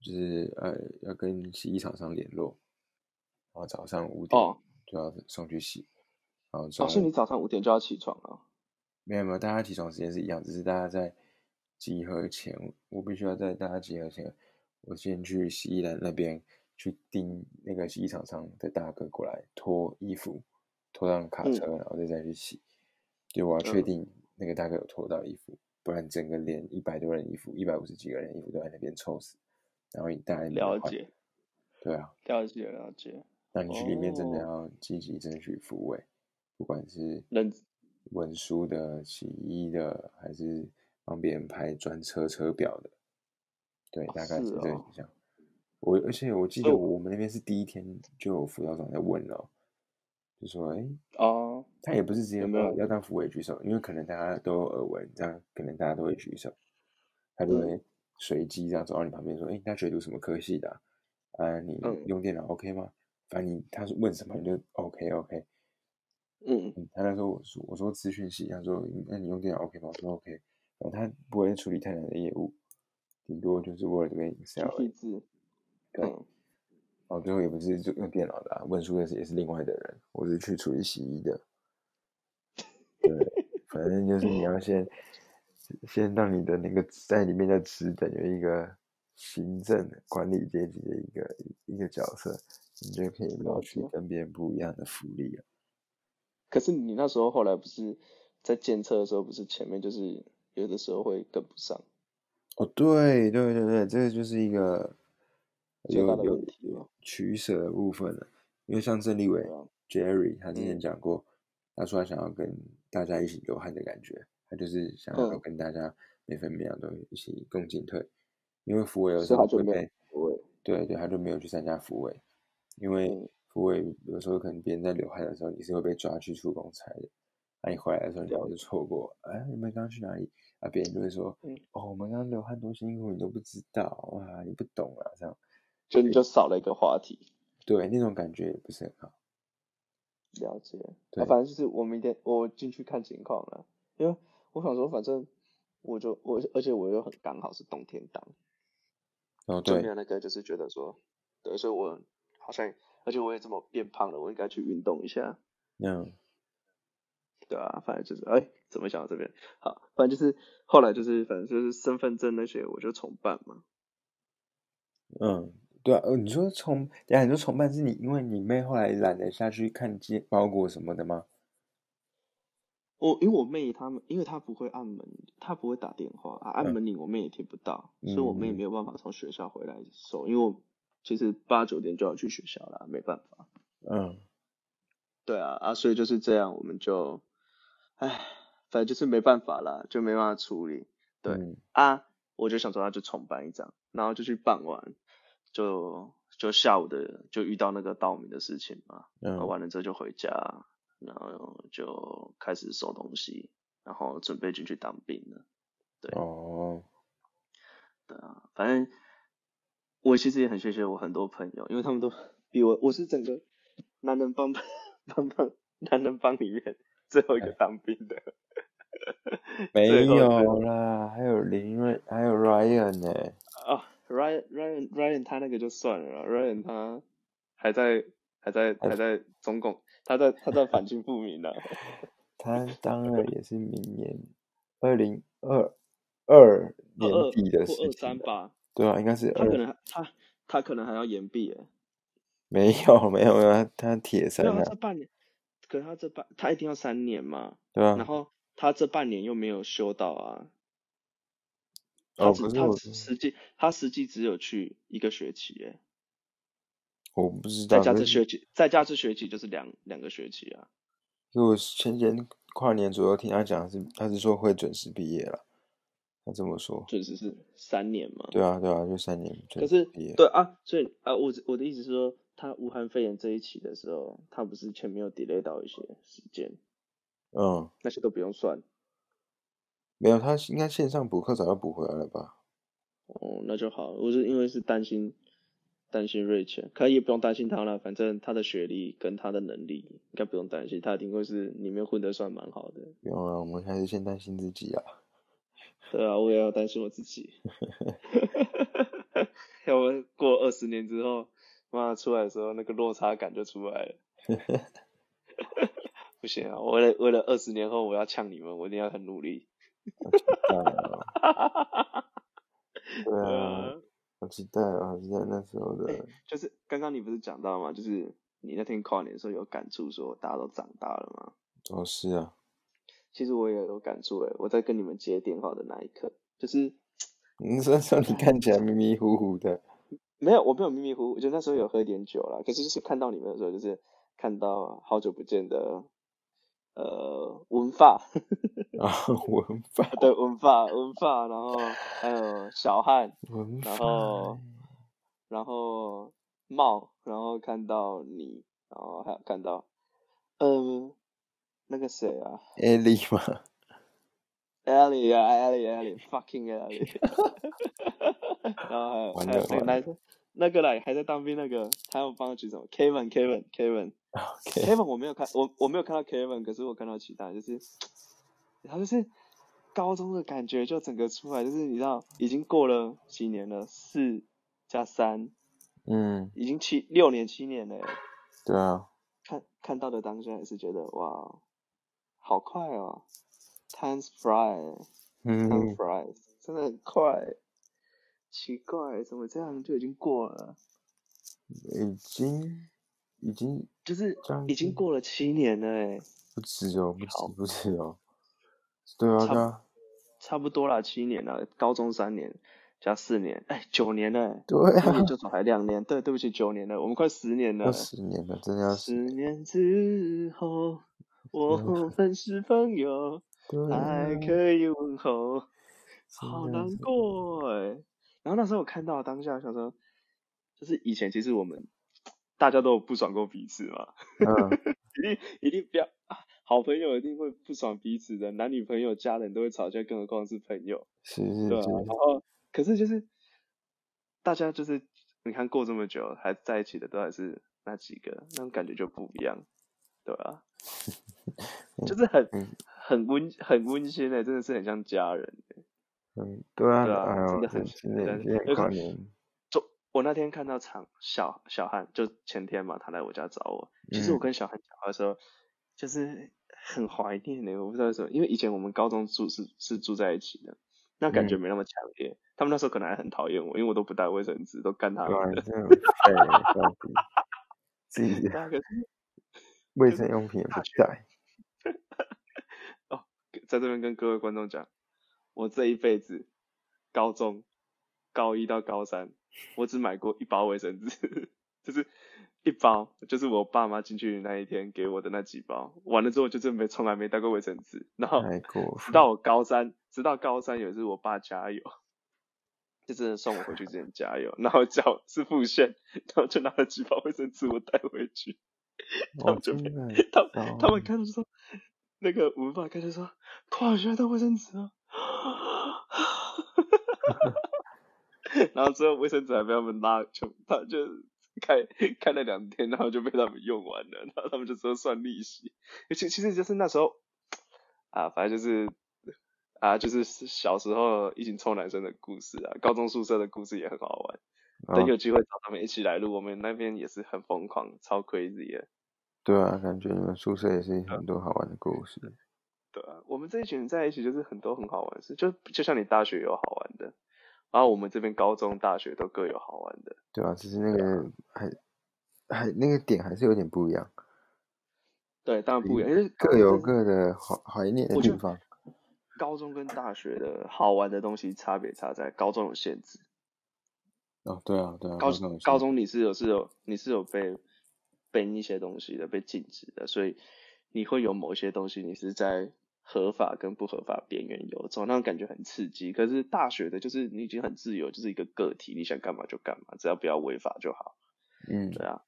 S2: 就是呃要跟洗衣厂商联络，然后早上五点
S1: 哦
S2: 就要送去洗，然后中
S1: 哦，所以
S2: 午
S1: 你早上五点就要起床了。
S2: 没有没有，大家起床时间是一样，只是大家在集合前，我必须要在大家集合前，我先去洗衣篮那边去盯那个洗衣厂商的大哥过来脱衣服，拖上卡
S1: 嗯
S2: 车，然后再再去洗。就我要确
S1: 嗯
S2: 定那个大哥有脱到衣服，不然整个连一百多人衣服、一百五十几个人衣服都在那边臭死，然后大家也没得
S1: 了
S2: 换。
S1: 解，
S2: 对啊，
S1: 了解，了解。
S2: 那你去里面真的
S1: 哦
S2: 要积极争取服务、欸，不管是
S1: 认
S2: 文书的、洗衣的，还是帮别人拍专车车表的，对，
S1: 哦
S2: 大概
S1: 是
S2: 是这个
S1: 哦
S2: 形象。我而且我记
S1: 所以
S2: 得
S1: 我
S2: 我们那边是第一天就有辅导长在问了哦，就说：“哎、
S1: 哦，
S2: 他也不是直接
S1: 有没
S2: 说
S1: 有
S2: 要当副委举手，因为可能大家都有耳闻，这样可能大家都会举手，他就
S1: 嗯
S2: 会随机这样走到你旁边说：“哎、你大学读什么科系的啊？啊你
S1: 嗯
S2: 用电脑 OK 吗？反正你他是问什么你就 OK OK。
S1: 嗯，
S2: 嗯”他那时候我说我说资讯系，他说嗯那你用电脑 OK 吗？我说 OK，然后他不会处理太难的业务，顶多就是 Word 跟 Excel 而已。
S1: 批字。
S2: 对
S1: 嗯，
S2: 然后最后也不是就用电脑的、啊，文书的是也是另外的人，我是去处理洗衣的。对，反反正就是你要先先让你的那个在里面的职等于一个行政管理阶级的一个一个角色，你就可以捞取跟别人不一样的福利啊。
S1: 可是你那时候后来不是在监测的时候，不是前面就是有的时候会跟不上，
S2: 哦，对对对对，这个就是一个
S1: 最
S2: 有
S1: 大的
S2: 有
S1: 问题嘛。
S2: 取舍的部分了。因为像郑立伟
S1: 对啊
S2: Jerry，他之前
S1: 嗯
S2: 讲过，他说他想要跟大家一起流汗的感觉，他就是想要
S1: 嗯
S2: 跟大家每分每秒都一起共进退。因为福伟有时
S1: 所以
S2: 候
S1: 他就
S2: 会
S1: 没有
S2: 被，
S1: 对，
S2: 对对，他就没有去参加福伟，因为
S1: 嗯
S2: 福伟有时候可能别人在流汗的时候，你是会被抓去出公差的。那、你回来的时候，你可能就错过，哎，你们刚刚去哪里？啊，别人就会说，
S1: 嗯
S2: 哦，我们刚刚流汗多辛苦，你都不知道啊，你不懂啊，这样，
S1: 就你就少了一个话题。
S2: 对，那种感觉也不是很好。
S1: 了解，那、
S2: 对
S1: 反正就是我明天我进去看情况了，因为我想说，反正我就我而且我又很刚好是冬天档，
S2: 哦，
S1: 就
S2: 对
S1: 没，有那个就是觉得说，对，所以我好像而且我也这么变胖了，我应该去运动一下，
S2: 那样
S1: 对啊，反正就是哎，怎么想到这边？好，反正就是后来就是反正就是身份证那些我就重办嘛，
S2: 嗯，对啊，呃，你说重，等一下你说重办是你因为你妹后来懒得下去看接包裹什么的吗？
S1: 我因为我妹她们，因为她不会按门，她不会打电话啊，按
S2: 嗯
S1: 门铃我妹也听不到，所以我妹也没有办法从学校回来收，因为我其实八九点就要去学校了，没办法。
S2: 嗯，
S1: 对啊，啊，所以就是这样，我们就，唉，反正就是没办法啦，就没办法处理对
S2: 嗯
S1: 啊。我就想说，那就重办一张，然后就去办完，就就下午的就遇到那个盗名的事情嘛，然后
S2: 嗯
S1: 完了之后就回家，然后就开始收东西，然后准备进去当兵了。
S2: 哦，
S1: 对啊，反正我其实也很谢谢我很多朋友，因为他们都比我，我是整个男人帮帮帮男人帮里面最后一
S2: 哎
S1: 个当兵的。
S2: 没
S1: 最后最
S2: 有
S1: 后
S2: 啦，还有林瑞，还有 Ryan 呢、
S1: 啊，Ryan Ryan Ryan 他那个就算了啦，Ryan 他还在还在还在中共，他在他在反清复明啊呢、
S2: 他当了也是明年二零二二
S1: 二
S2: 年
S1: 二
S2: 底的
S1: 或
S2: 事
S1: 二
S2: 情
S1: 三
S2: 了，
S1: 吧，
S2: 对啊，应该是
S1: 他
S2: 二
S1: 可，能还他他可能还要延毕耶。
S2: 没有没有没有，他他铁
S1: 没
S2: 三
S1: 有，他
S2: 啊，
S1: 这半年，可是他这半他一定要三年嘛，
S2: 对啊吧、
S1: 然后他这半年又没有休到啊，他
S2: 哦
S1: 只、
S2: 可是
S1: 他
S2: 我
S1: 实实际他实际只有去一个学期耶，
S2: 我不知
S1: 再
S2: 道，
S1: 加
S2: 可
S1: 这
S2: 是
S1: 学期再加这学期就是两两个学期啊，
S2: 因为我前年跨年左右听他讲是，他是说会准时毕业了，他这么说。
S1: 准时是三年嘛。
S2: 对啊，对啊，就三年准
S1: 可是
S2: 毕业。
S1: 对啊，所以啊，我我的意思是说，他武汉肺炎这一期的时候，他不是前面有 delay 到一些时间，
S2: 嗯，
S1: 那些都不用算
S2: 没有，他应该线上补课早就补回来了吧？
S1: 哦，那就好。我是因为是担心担心瑞钱，可也不用担心他了，反正他的学历跟他的能力应该不用担心，他一定会是里面混得算蛮好的。
S2: 不用了，我们还是先担心自己啊。
S1: 对啊，我也要担心我自己， 要不然过二十年之后，妈出来的时候那个落差感就出来了。 不行啊，为了为了二十年后我要呛你们，我一定要很努力。
S2: 当然了，对
S1: 对
S2: 啊，
S1: 啊
S2: 好期待啊，好期待那时候的。
S1: 就是刚刚你不是讲到吗？就是你那天跨年的时候有感触，说大家都长大了嘛。
S2: 哦，是啊，
S1: 其实我也有感触诶，我在跟你们接电话的那一刻，就是
S2: 你说说你看起来迷迷糊糊的，
S1: 没有，我没有迷迷糊糊，就那时候有喝一点酒啦。可是就是看到你们的时候，就是看到好久不见的呃文发，
S2: 然后文法，
S1: 对文发文发，然后还有小汉，
S2: 文
S1: 然
S2: 法，
S1: 后然后茂，然后看到你，然后还有看到嗯、呃、那个谁啊，
S2: 艾莉嘛，
S1: Ellie 啊，Ellie Ellie，fucking Ellie，然后还有
S2: 完
S1: 还有
S2: 了
S1: 那个
S2: 完了
S1: 男生，那个来还在当兵那个，他要帮他举手，Kevin Kevin Kevin
S2: ，OK，
S1: Kevin，我没有看我我没有看到 Kevin，可是我看到其他人就是，他就是高中的感觉就整个出来，就是你知道已经过了几年了，四加三，
S2: 嗯，
S1: 已经七六年七年了耶，
S2: 对啊，
S1: 看看到的当下也是觉得哇，好快哦， Times fly，Times
S2: 嗯，
S1: fly，真的很快。奇怪，怎么这样就已经过了？
S2: 已经已经
S1: 就是
S2: 将
S1: 已经
S2: 近
S1: 过了七年了哎、
S2: 不止哦，不
S1: 好
S2: 止不止哦，对啊
S1: 差不
S2: 对啊
S1: 差不多啦，七年了，高中三年加四年，哎、九年了、 欸。
S2: 对
S1: 那
S2: 啊，
S1: 研究所还两年，对，对不起，九年了，我们快十年了
S2: 要。十年了，真的要十
S1: 十年之后， 我们是朋友，
S2: 对啊
S1: 还，可以问候，
S2: 真
S1: 好
S2: 的
S1: 难
S2: 是
S1: 过哎、然后那时候我看到当下想说，就是以前其实我们大家都有不爽过彼此嘛，
S2: 嗯，
S1: 一定一定不要啊，好朋友一定会不爽彼此的，男女朋友、家人都会吵架，更何况是朋友。
S2: 是是
S1: 对啊，
S2: 是，
S1: 然后可是就是大家就是你看过这么久还在一起的都还是那几个，那种感觉就不一样，对 啊，就是很
S2: 嗯
S1: 很温很温馨欸的、真的是很像家人、欸。
S2: 嗯，对啊，
S1: 对啊
S2: 哎
S1: 真
S2: 呦
S1: 的很
S2: 今年
S1: 很
S2: 今年
S1: 而
S2: 跨
S1: 且
S2: 年，
S1: 就我那天看到场小小汉，就前天嘛，他来我家找我，其实我
S2: 嗯
S1: 跟小汉讲话的时候，就是很怀念的、我不知道为什么，因为以前我们高中住是是住在一起的。那感觉
S2: 嗯
S1: 没那么强烈，他们那时候可能还很讨厌我，因为我都不带卫生纸，都干他们
S2: 对 啊，
S1: 的
S2: 你。这种废人到底，自己的
S1: 大哥，
S2: 卫生用品也不
S1: 大学
S2: 带，
S1: 在这边跟各位观众讲，我这一辈子高中高一到高三，我只买过一包卫生纸， 就是一包，就是我爸妈进去那一天给我的那几包。完了之后，就是没从来没带过卫生纸，然后
S2: 太过
S1: 直
S2: 分，
S1: 哦到我高三，直到高三有一次我爸加油，就真的送我回去之前加油，然后叫我是付现，然后就拿了几包卫生纸我带回去。 他
S2: 我
S1: 们就
S2: 哦真
S1: 没
S2: 的
S1: 他们
S2: 糟
S1: 他们
S2: 了
S1: 看就说，那个我们爸看就说，快，我需要带卫生纸啊！ 然后之后卫生纸还被他们拉，就他就开开了两天，然后就被他们用完了，然后他们就说算利息。其其实就是那时候啊，反正就是啊，就是小时候一群臭男生的故事啊，高中宿舍的故事也很好玩。
S2: 啊
S1: 等有机会找他们一起来录，我们那边也是很疯狂，超 crazy 的。
S2: 对啊，感觉你们宿舍也是
S1: 嗯
S2: 很多好玩的故事。
S1: 对啊，我们这一群人在一起就是很多很好玩的事，就就像你大学有好玩的，然后我们这边高中、大学都各有好玩的。
S2: 对啊，只是那个还还那个点还是有点不一样，
S1: 对，当然不一样，因为
S2: 嗯各
S1: 高
S2: 有
S1: 中
S2: 各的怀怀念的
S1: 我
S2: 地
S1: 觉得
S2: 方。
S1: 高中跟大学的好玩的东西差别差在高中有限制，
S2: 哦，对啊，对啊，
S1: 高
S2: 中有
S1: 高
S2: 趣
S1: 中你是有是有你是有被被一些东西的被禁止的，所以你会有某些东西你是在合法跟不合法边缘游走，那种感觉很刺激。可是大学的就是你已经很自由，就是一个个体，你想干嘛就干嘛，只要不要违法就好。
S2: 嗯，
S1: 对啊，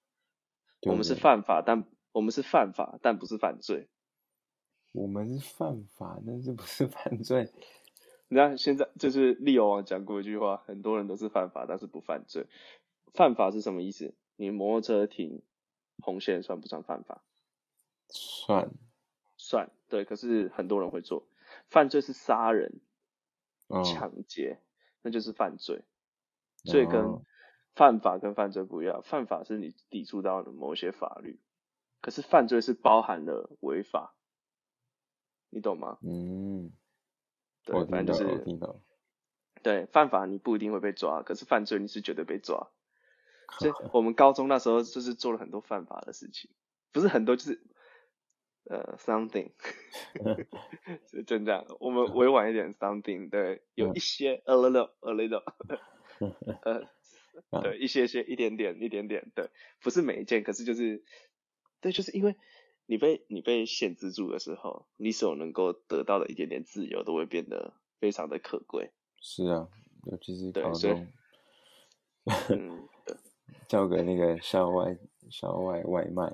S2: 对
S1: 我们是
S2: 对
S1: 犯法，但我们是犯法，但不是犯罪。
S2: 我们是犯法，但是不是 犯罪？
S1: 你看现在就是利友王讲过一句话，很多人都是犯法，但是不犯罪。犯法是什么意思？你摩托车停红线算不算犯法？
S2: 算
S1: 算，对。可是很多人会做。犯罪是杀人、
S2: 哦，
S1: 抢劫，那就是犯罪。所以跟
S2: 哦
S1: 犯法跟犯罪不一样，犯法是你抵触到了某些法律，可是犯罪是包含了违法，你懂吗？
S2: 嗯，
S1: 对，
S2: 我
S1: 反
S2: 听
S1: 正
S2: 到，
S1: 就
S2: 我
S1: 是
S2: 听到，
S1: 对，犯法你不一定会被抓，可是犯罪你是绝对被抓。所以我们高中那时候就是做了很多犯法的事情，不是很多，就是呃 something，是真这样。我们委婉一点 something，对，有
S2: 嗯
S1: 一些 a little a little，呃，
S2: 嗯
S1: 对，一些些一点点一点点，对，不是每一件，可是就是对，就是因为你被你被限制住的时候，你所能够得到的一点点自由都会变得非常的可贵。
S2: 是啊，尤其是
S1: 对
S2: 高
S1: 所以
S2: 中，
S1: 嗯，对。
S2: 叫个那个校外校外外卖，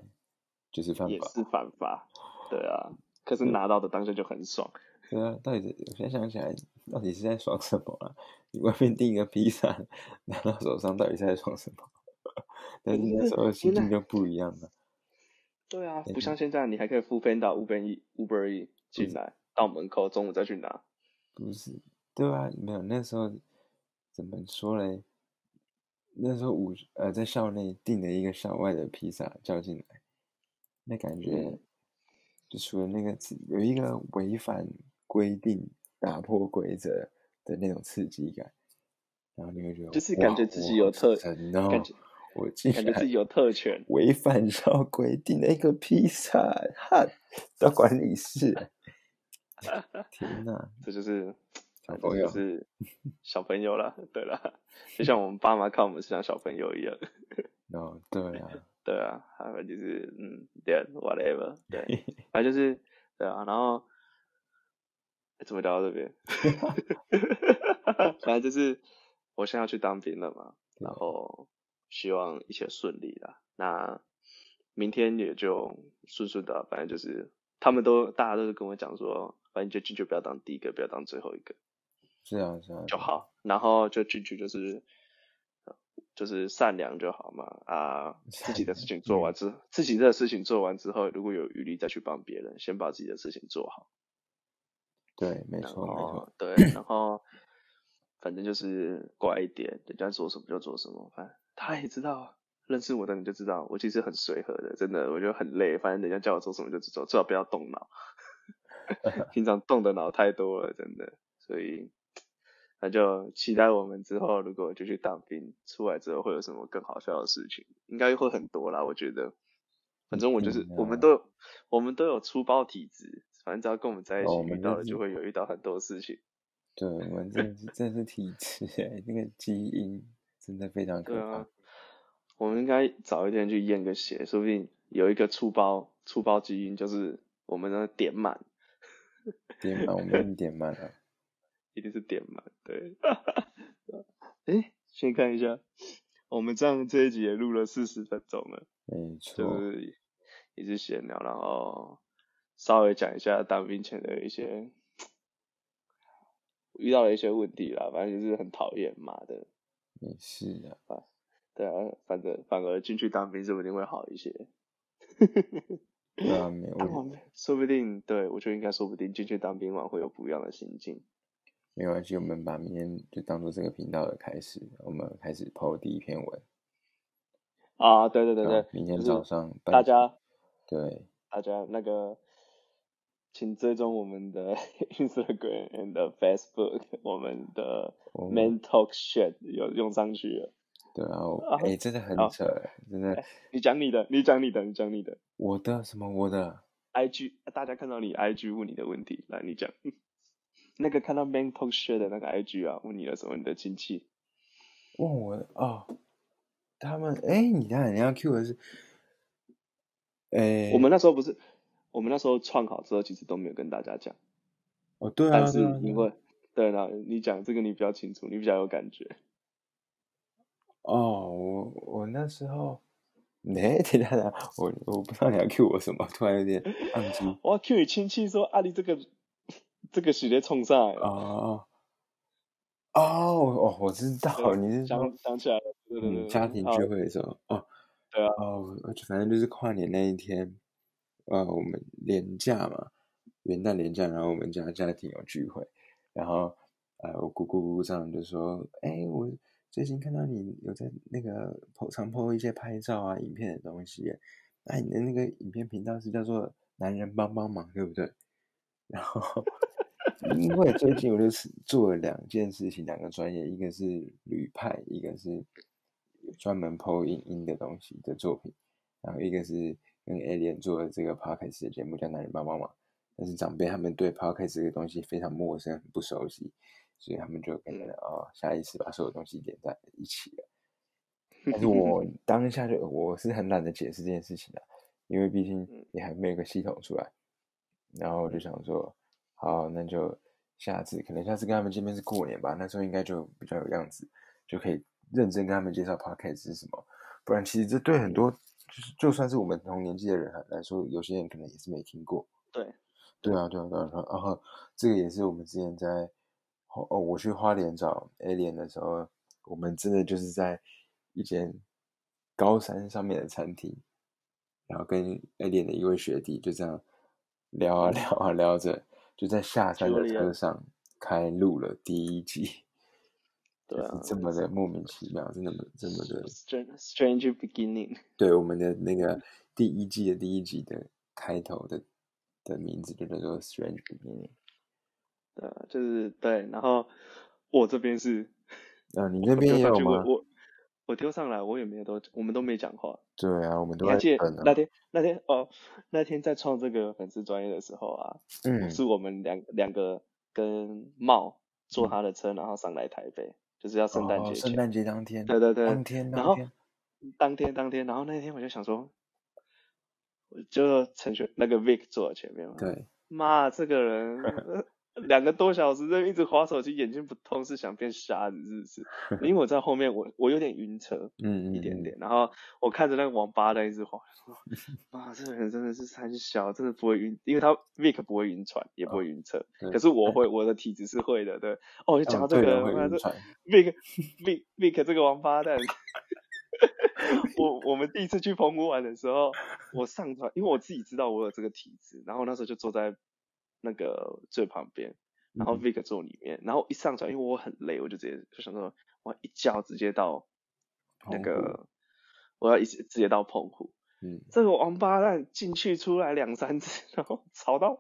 S2: 就是犯
S1: 也
S2: 法。
S1: 是犯法，对啊。可是拿到的当下就很爽，
S2: 对啊，到底是我现在想起来，到底是在爽什么啊？你外面订一个披萨拿到手上，到底是在爽什么？ 但是
S1: 对就
S2: 那
S1: 是
S2: 时候心
S1: 因为
S2: 境就不一样了。
S1: 对啊，
S2: 对嗯
S1: 不像现在你还可以付 Panda、Uber E、Uber E 进来到门口，中午再去拿。
S2: 不是，对啊，没有那时候怎么说嘞？那时候午呃在校内订了一个校外的披萨叫进来，那感觉
S1: 嗯
S2: 就除了那个自有一个违反规定、打破规则的那种刺激感，然后你会觉得
S1: 就是
S2: 哇
S1: 感觉自己有特
S2: 我好神哦
S1: 感觉
S2: 我竟
S1: 感觉
S2: 然
S1: 自己有特权。
S2: 违反照规定的一个披萨汉到管 理室。天哪，
S1: 这就是
S2: 小
S1: 这
S2: 朋
S1: 就
S2: 友，
S1: 是小朋友啦，对啦，就像我们爸妈看我们是像小朋友一样，
S2: 哦，对啊，
S1: 对啊，还有就是嗯，对，whatever，对，反正就是对啊，然后哎怎么聊到这边？ 反正就是我现在要去当兵了嘛，然后希望一切顺利啦。那明天也就顺顺的啊，反正就是他们都大家都是跟我讲说，反正就进去不要当第一个，不要当最后一个。
S2: 是啊，是啊，
S1: 就好，然后就拒绝就是呃就是善良就好嘛啊，自己的事情做完之，自己的事情做完之后，如果有余力再去帮别人，先把自己的事情做好，
S2: 对，没
S1: 然
S2: 错，没错，
S1: 后对， 然后反正就是乖一点，人家说什么就做什么，反正他也知道。认识我的你就知道，我其实很随和的，真的，我觉得很累。反正人家叫我做什么就做，最好不要动 脑。平常动的脑太多了，真的，所以那就期待我们之后如果就去当兵，出来之后会有什么更好笑的事情，应该会很多啦，我觉得。反正我就是，
S2: 一定啊
S1: 我们都有，我们都有粗暴体质，反正只要跟我们在一
S2: 哦我
S1: 起
S2: 们
S1: 遇到
S2: 就
S1: 了，
S2: 是
S1: 就会有遇到很多事情。
S2: 对，我们真的是真的是体质哎，那个基因真的非常可
S1: 对
S2: 怕
S1: 啊。，我们应该早一点去验个血，说不定有一个粗暴粗暴基因，就是我们的点满，
S2: 点满，我们已经点满了。
S1: 一定是点满，对。 哎，先看一下，我们这样这一集也录了四十分钟了，
S2: 没
S1: 就
S2: 错，
S1: 是也是闲聊，然后稍微讲一下当兵前的一些遇到了一些问题啦，反正就是很讨厌嘛的，
S2: 没事啊，
S1: 对啊，反正反而进去当兵说不定会好一些。
S2: 对啊，没
S1: 当
S2: 问
S1: 完 说不定，对我觉得应该说不定进去当兵完会有不一样的心境。
S2: 没关系，我们把明天就当做这个频道的开始，我们开始抛第一篇文。
S1: 啊，对对对
S2: 对
S1: 对
S2: 啊，明天
S1: 就是
S2: 早上办
S1: 大
S2: 事
S1: 家
S2: 对
S1: 大家那个，请追踪我们的 Instagram and Facebook，我 们的
S2: 我
S1: Man Talk Shit 有用上去了。
S2: 对啊，我
S1: 啊
S2: 哎、真的很
S1: 好哎
S2: 扯，真的，
S1: 你讲你的，你讲你的，你讲你的。
S2: 我的什么我的
S1: IG，大家看到你 IG 问你的问题，来你讲。 那个看到 Man Talk Shit 的那个 IG 啊，问你了什么？你的亲戚？
S2: 问我的哦，他们哎、你看你要 Q 的是，哎、
S1: 我们那时候不是，我们那时候创好之后，其实都没有跟大家讲，
S2: 哦对啊，
S1: 但是
S2: 对啊
S1: 因为对了，你讲这个你比较清楚，你比较有感觉。
S2: 哦，我我那时候，哎、等一下等一下，我我不知道你要 Q 我什么，突 然有点宕机。
S1: 我要 Q 你亲戚说啊，你这个这个系列冲上来了。
S2: 哦哦哦，我知道，
S1: 对
S2: 你是说
S1: 想想起来了，对对对，
S2: 嗯家庭
S1: 好
S2: 聚会的时候哦，
S1: 对啊
S2: 哦，反正就是跨年那一天，呃，我们年假嘛，元旦年假，然后我们家家庭有聚会，然后呃，我姑姑姑姑丈就说，哎，我最近看到你有在那个 po 常 po 一些拍照啊、影片的东西耶，那你的那个影片频道是叫做“男人帮帮忙”，对不对？然后，因为最近我就是做了两件事情，两个专业，一个是旅派，一个是专门 PO 影音的东西的作品，然后一个是跟 Alien 做的这个 Podcast 的节目叫《男人帮帮忙》，但是长辈他们对 Podcast 这个东西非常陌生，很不熟悉，所以他们就可能
S1: 嗯
S2: 哦，下意识把所有东西连在一起 了。但是我当下就我是很懒得解释这件事情的、因为毕竟
S1: 嗯
S2: 也还没有一个系统出来。然后我就想说，好，那就下次可能下次跟他们见面是过年吧，那时候应该就比较有样子，就可以认真跟他们介绍 podcast 是什么。不然其实这对很多就是就算是我们同年纪的人来说，有些人可能也是没听过。
S1: 对，
S2: 对啊，对啊，对啊，对啊然后这个也是我们之前在花哦，我去花莲找 Alien 的时候，我们真的就是在一间高山上面的餐厅，然后跟 Alien 的一位学弟就这样聊啊聊啊聊着，就在下山的
S1: Julia
S2: 车上开录了第一集，就
S1: 对啊
S2: 是这么的莫名其妙，真的这么的，
S1: ，Strange Strange Beginning，
S2: 对我们的那个第一季的第一集的开头的的名字就叫做 Strange Beginning。
S1: 对啊，就是对，然后我这边是
S2: 啊，你那边也有
S1: 我丢上
S2: 吗
S1: 去？我我我丢上来，我也没有都，我们都没讲话。
S2: 对啊，我们都
S1: 你
S2: 在
S1: 还记得
S2: 等啊
S1: 那。天那天哦，那天在创这个粉丝专业的时候啊，
S2: 嗯，
S1: 是我们两两个跟茂坐他的车，然后上来台北，就是要圣诞
S2: 哦
S1: 节
S2: 圣
S1: 前。
S2: 诞节当天，
S1: 对对对，
S2: 当天
S1: 然
S2: 当
S1: 后
S2: 天，
S1: 当天当天，然后那天我就想说，我就陈学那个 Vic 坐我前面嘛，
S2: 对，
S1: 妈，这个人呃两个多小时就一直划手机，眼睛不痛是想变瞎子是不 是？因为我在后面，我我有点晕车
S2: 嗯嗯
S1: 一点
S2: 嗯
S1: 点，然后我看着那个王八蛋一直滑，我说妈，这个人真的是三小，真的不会晕，因为他 Vic 不会晕船，也不会晕车，
S2: 哦对
S1: 可是我会，我的体质是会的，对。哦，就讲到
S2: 哦
S1: 这
S2: 对
S1: 个，
S2: 人会
S1: 妈
S2: 晕
S1: 这
S2: 船，
S1: Vic Vic Vic 这个王八蛋。 我我们第一次去澎湖玩的时候，我上船，因为我自己知道我有这个体质，然后那时候就坐在那个最旁边，然
S2: 嗯
S1: 后 Vic 坐里面，然后一上船，因为我很累，我就直接就想说，我要一觉直接到那
S2: 澎湖
S1: 个，我要一直直接到澎湖，
S2: 嗯，
S1: 这个王八蛋进去出来两三次，然后吵到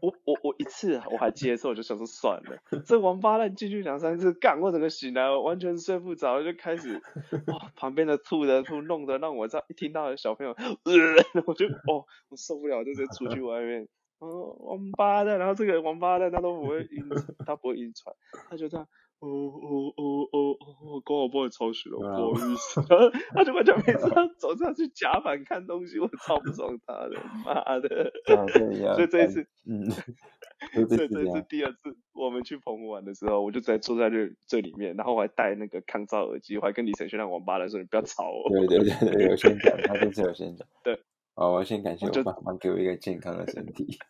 S1: 我我我一次啊我还接受，就想说算了。这王八蛋进去两三次，干我整个醒来，我完全睡不着，就开 始哇旁边的吐的吐，弄得让我这样一听到有小朋友，呃， 我就哦我受不了，我就直接出去外面。哦，王八蛋，然后这个王八蛋他都不会晕，他不会晕船，他就这样。哦哦哦哦哦！刚好帮你抄袭了，不
S2: 对啊
S1: 好意思。然后 他就完全没知道走上去甲板看东西，我超不爽他的，妈的！
S2: 啊对呀，
S1: 所以这一次，
S2: 嗯， 就
S1: 所
S2: 这
S1: 以这
S2: 次
S1: 一
S2: 呀
S1: 次，第二次我们去澎湖玩的时候，我就直接坐在这最里面，然后我还戴那个抗噪耳机，我还跟李晨轩那王八来说：“你不要吵我。
S2: 对对对对，有先讲，他这次有先讲，
S1: 对，
S2: 哦，我要先感谢
S1: 我
S2: 我
S1: 就
S2: 爸妈给我一个健康的身 体，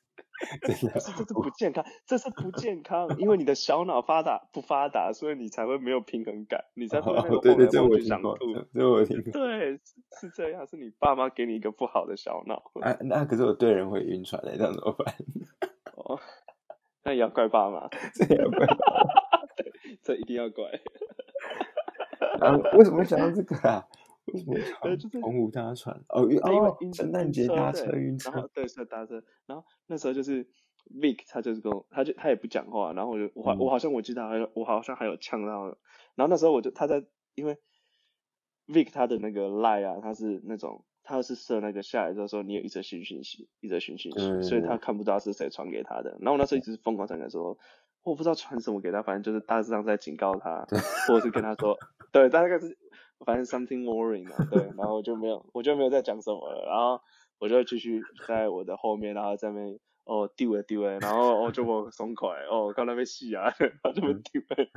S2: 真
S1: 不
S2: 的，
S1: 是，这是不健康，这是不健康，因为你的小脑发达不发达，所以你才会没有平衡感，你才不会那个晃
S2: 哦，对对，
S1: 来
S2: 这
S1: 晃
S2: 我
S1: 去
S2: 听
S1: 想
S2: 过，
S1: 吐。
S2: 这这我 听过。
S1: 对，是是这样，是你爸妈给你一个不好的小脑。
S2: 啊，那可是我对人会晕船的、欸，这样怎么办？
S1: 哦， 那也要怪爸妈，
S2: 这样办法？
S1: 这一定要怪。
S2: 啊，为什么会想到这个啊？为什么会想
S1: 呃
S2: 到
S1: 就是
S2: 澎湖搭船？哦，晕
S1: 那因为
S2: 哦
S1: 晕，车
S2: 圣诞
S1: 晕
S2: 节
S1: 车
S2: 搭
S1: 对
S2: 车晕
S1: 然后
S2: 车，
S1: 对是搭车，然后那时候就是 Vic，他就是跟我，他就他也不讲话，然后我就我好、
S2: 嗯
S1: 我好像我记得还有我好像还有呛到，然后那时候我就他在因为 Vic 他的那个 line 啊，他是那种他是设那个下来之后说你有一则讯讯息，一则讯讯息，
S2: 对
S1: 所以他
S2: 对
S1: 看不到是谁传给他的，然后我那时候一直疯狂传给他说。我不知道传什么给他，反正就是大致上在警告他，或者是跟他说，对，大概是反正 something worrying 啊，对，然后我就没有，我就没有再讲什么了，然后我就继续在我的后面，然后在那边哦丢诶丢诶，然后哦就我松快哦，刚那边戏啊， 然后就被丢诶，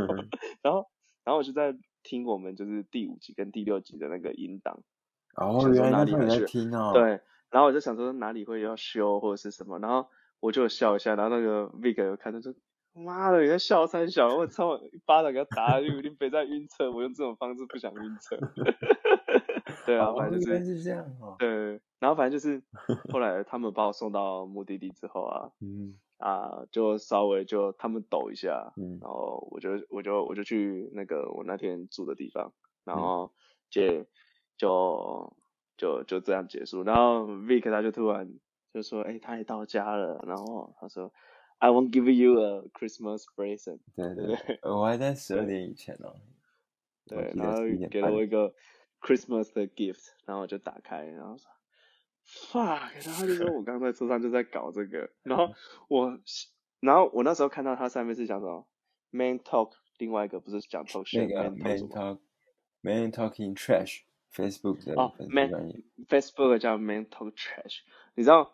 S1: 然后然后我就在听我们就是第五集跟第六集的那个音档，
S2: 哦，
S1: 想
S2: 原
S1: 说
S2: 来
S1: 哪
S2: 那
S1: 里
S2: 时候
S1: 有
S2: 你
S1: 趣
S2: 在听哦，
S1: 对，然后我就想说哪里会要修或者是什么，然后我就笑一下，然后那个 Vic 有看到说，妈的，你在笑三小，我操，一巴掌给他打下去，你别再晕车，我用这种方式不想晕车。 对啊，
S2: 哦，
S1: 反正就
S2: 原来
S1: 是
S2: 是这样哦，
S1: 对，然后反正就是后来他们把我送到目的地之后啊
S2: 嗯
S1: 啊，就稍微就他们抖一下，
S2: 嗯
S1: 然后我就我就我就去那个我那天住的地方，然后就就就就这样结束。然后 Vic 他就突然就说：“哎、他也到家了。”然后他说：“I won't give you a Christmas present。
S2: 对
S1: 对
S2: 对，呃我还在十二点以前哦，”我
S1: 对，
S2: 记
S1: 然
S2: 得
S1: 后
S2: 十一点
S1: 给
S2: 半
S1: 了我，一个 Christmas 的 gift，然后我就打开，然后说 fuck，然后他就说我刚刚在车上就在搞这个，然后我，然后我那时候看到他上面是讲什么 man talk，另外一个不是讲 talk
S2: 那
S1: shit
S2: 个
S1: man talk
S2: Man
S1: 什么？
S2: Talk Man Talking Trash Facebook 的
S1: 哦
S2: 粉丝
S1: ，Man
S2: 专业，
S1: Facebook 叫 man talk trash，你知道，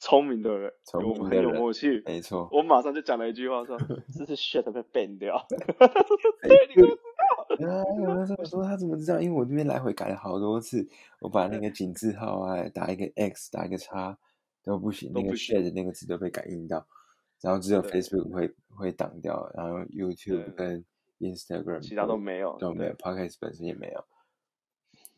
S1: 聪明的人，
S2: 聪
S1: 我
S2: 明
S1: 们
S2: 的
S1: 很有
S2: 人哎
S1: 默契，
S2: 没错，
S1: 我马上就讲了一句话 说，这是 shit 被 ban 掉，
S2: 哎
S1: 对，你
S2: 对
S1: 都知道。
S2: 啊！有的时候说他怎么知道？因为我这边来回改了好多次，我把那个井字号啊打一个 x 打一个叉都不行，
S1: 都
S2: 那个
S1: 不行
S2: share 的那个字都被感应到，然后只有
S1: 对
S2: Facebook 会会挡掉，然后 YouTube
S1: 对
S2: 跟 Instagram
S1: 其他都没有
S2: 都没有
S1: 对
S2: ，Podcast 本身也没有。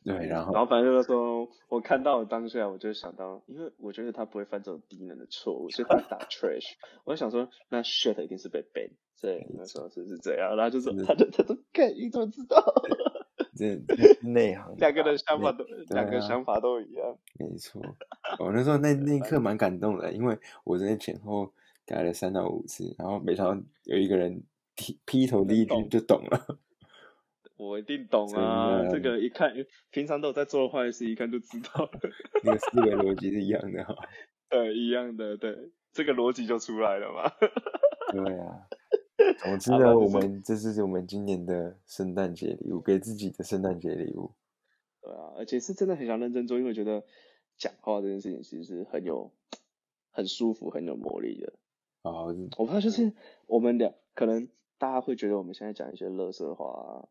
S2: 对，然
S1: 然
S2: 后
S1: 后反正就是说，我看到了当下，我就想到，因为我觉得他不会犯这种低能的错误，所以他打 trash。我就想说，那 shit 一定是被 ban。对，那时候是是这样，然后就说
S2: 真的，
S1: 他就他说，看你怎么知道？
S2: 这这是内行
S1: 两个人想
S2: 内
S1: 法都，两个
S2: 啊
S1: 想法都一样。
S2: 没错，我那时候那那一刻蛮感动的，因为我在前后改了三到五次，然后每场有一个人劈劈头第一句就懂了。
S1: 我一定懂啊，这
S2: 真的
S1: 个一看平常都有在做坏事，一看就知道 了。
S2: 那个思维逻辑是一样的哈。
S1: 对，一样的，对，这个逻辑就出来了嘛。
S2: 对 啊，总之
S1: 好吧
S2: 呢，我
S1: 就是
S2: 们这是我们今年的圣诞节礼物，给自己的圣诞节礼物。
S1: 对啊，而且是真的很想认真做，因为我觉得讲话这件事情其实是很有、很舒服、很有魔力的。
S2: 啊，
S1: 我怕就是我们俩，可能大家会觉得我们现在讲一些乐色话、啊，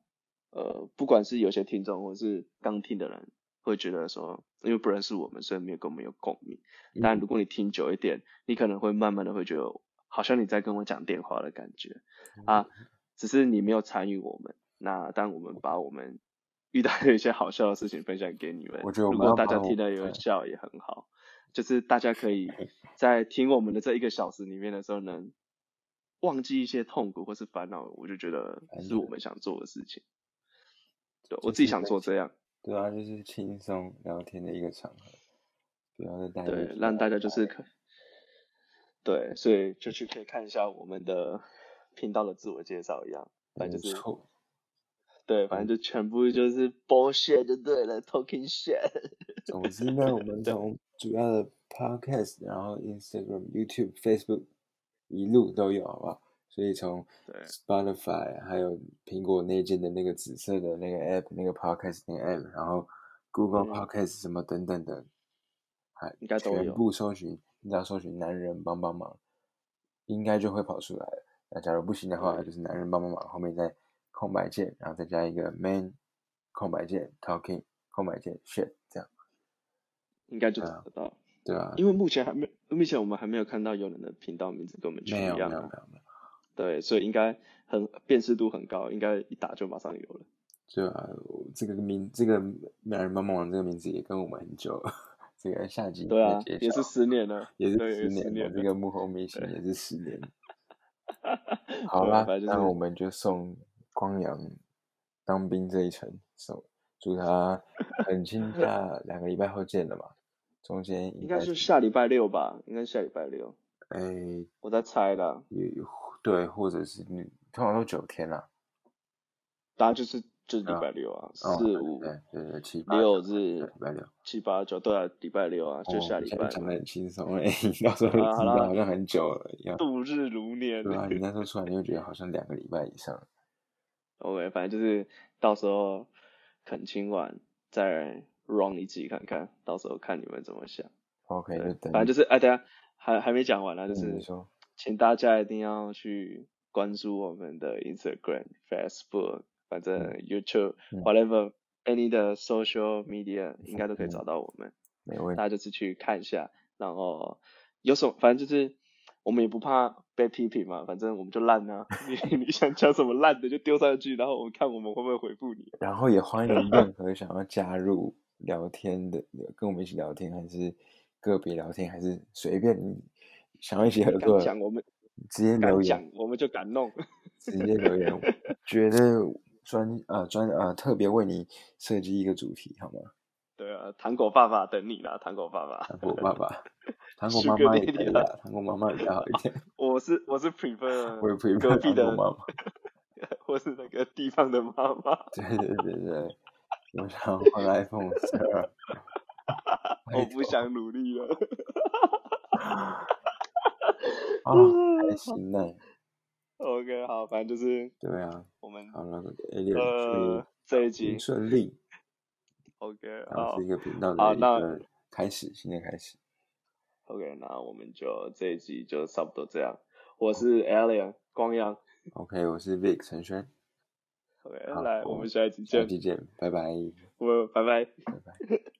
S1: 呃，不管是有些听众或是刚听的人，会觉得说，因为不认识我们，所以没有跟我们有共鸣。
S2: 嗯
S1: 但如果你听久一点，你可能会慢慢的会觉得，好像你在跟我讲电话的感觉
S2: 嗯
S1: 啊，只是你没有参与我们。那但我们把我们遇到的一些好笑的事情分享给你们，
S2: 我觉得我
S1: 如
S2: 们
S1: 果
S2: 要
S1: 大
S2: 把
S1: 家
S2: 我
S1: 听得有
S2: 对
S1: 笑也很好，就是大家可以在听我们的这一个小时里面的时候，能忘记一些痛苦或是烦恼，我就觉得
S2: 烦
S1: 是
S2: 恼
S1: 我们想做的事情。对
S2: 就
S1: 我自己
S2: 是
S1: 想
S2: 在
S1: 做这样，
S2: 对啊，就是轻松聊天的一个场合，不要再带入
S1: 对，
S2: 其
S1: 让
S2: 他
S1: 大家就是可，对，所以就去可以看一下我们的频道的自我介绍一样，反正就是
S2: 臭
S1: 对，
S2: 嗯
S1: 反正就全部就是 bullshit 就对了，talking shit。
S2: 总之呢，我们从主要的 podcast，然后 Instagram、YouTube、Facebook 一路都有，好不好？所以从
S1: 对
S2: Spotify 还有苹果内建的那个紫色的那个 app，那个 podcast 那个 app，然后 Google
S1: 嗯
S2: podcast 什么等等的，还
S1: 应该都
S2: 全
S1: 有
S2: 部搜寻，你只要搜寻“男人帮帮忙”，应该就会跑出来了。那假如不行的话，
S1: 对
S2: 就是“男人帮帮忙”后面再空白键，然后再加一个 “man” 空白键 “talking” 空白键 “shit” 这样。
S1: 应该就
S2: 对
S1: 找
S2: 啊
S1: 得到，
S2: 对啊，
S1: 因为目前还没，目前我们还没有看到有人的频道名字跟我们取
S2: 没有
S1: 一
S2: 没有
S1: 样
S2: 没有
S1: 啊，
S2: 没有，
S1: 对，所以应该很辨识度很高，应该一打就马上有了。
S2: 对啊，我这个名这个男人帮帮忙这个名字也跟我们很久 了，这个下集
S1: 对
S2: 再
S1: 啊
S2: 揭，
S1: 也
S2: 晓
S1: 是十年了，
S2: 也是
S1: 对，
S2: 十
S1: 也是十
S2: 年了，
S1: 年
S2: 这
S1: 了。
S2: 个幕后明星也是十 年。好
S1: 对啊
S2: 啦，
S1: 反正就
S2: 那
S1: 是
S2: 我们就送光阳当兵这一程，送祝 他很轻假，两个礼拜后见了嘛。中间应
S1: 应该
S2: 该
S1: 是下礼拜六吧，应该下礼拜六，
S2: 哎，
S1: 我在猜啦。
S2: 也对，或者是你通常都九天啦，
S1: 答案就是就是礼
S2: 啊
S1: 拜六啊，
S2: 哦
S1: 四五
S2: 对对对，七八
S1: 六
S2: 九
S1: 日
S2: 对礼拜六，
S1: 七八九，对啊，礼拜六啊，就
S2: 哦
S1: 下礼
S2: 讲
S1: 拜
S2: 讲
S1: 嘛
S2: 的很轻松 哎，你到时候就
S1: 啊好
S2: 知道
S1: 啦
S2: 好像很久了一样。
S1: 度日如年。
S2: 对啊，你那时候出来，你会觉得好像两个礼拜以上。
S1: OK，反正就是到时候恳亲完再 run 一集看看，到时候看你们怎么想。
S2: OK，就
S1: 对，反
S2: 等
S1: 正
S2: 你
S1: 就是哎，等一下还还没讲完啊，就
S2: 嗯你
S1: 是
S2: 说
S1: 请大家一定要去关注我们的 Instagram、Facebook，反正 YouTube、
S2: 嗯
S1: whatever any 的 social media 应该都可以
S2: 嗯
S1: 找到我们。
S2: 没问题
S1: 大家就是去看一下，然后有什么反正就是我们也不怕被批评嘛，反正我们就烂啊，你 你想讲什么烂的就丢上去，然后我们看我们会不会回复 你。
S2: 然后也欢 迎任何想要加入聊天的，跟我们一起聊天，还是个别聊天，还是随便你想要一起合
S1: 敢
S2: 作，
S1: 讲我们
S2: 直接
S1: 敢
S2: 留言，
S1: 讲我们就敢弄，
S2: 直接留言，觉得专呃专呃特别为你设计一个主题好吗？
S1: 对啊，糖果爸爸等你啦，糖果爸爸，
S2: 糖 果爸爸，糖果妈
S1: Sugar
S2: 妈也可
S1: Daddy
S2: 以
S1: 啦
S2: 啦，糖果妈妈比较好一点，
S1: 我是我是 prefer
S2: 我也不一
S1: 隔
S2: 般
S1: 壁
S2: 糖
S1: 的
S2: 果妈 妈。
S1: 我是那个地方的妈妈，
S2: 对对对对，我想换 iPhone 十二。哎
S1: 我不想努力了。
S2: 啊，还行呢。
S1: OK，好，反正就是
S2: 对啊，
S1: 我们
S2: 好了，A 六
S1: 呃这一集
S2: 顺利，
S1: OK
S2: 然
S1: 好
S2: 后是一个频道
S1: 好
S2: 的一
S1: 那
S2: 个开始，新的开始。
S1: OK，那我们就这一集就差不多这样。我是 Alien 光阳
S2: OK，我是 Vic 陈轩，
S1: ，OK，
S2: 好
S1: 来，
S2: 我
S1: 我
S2: 们
S1: 们下一集
S2: 下
S1: 见，
S2: 期见，拜拜。
S1: 我拜拜。
S2: 拜拜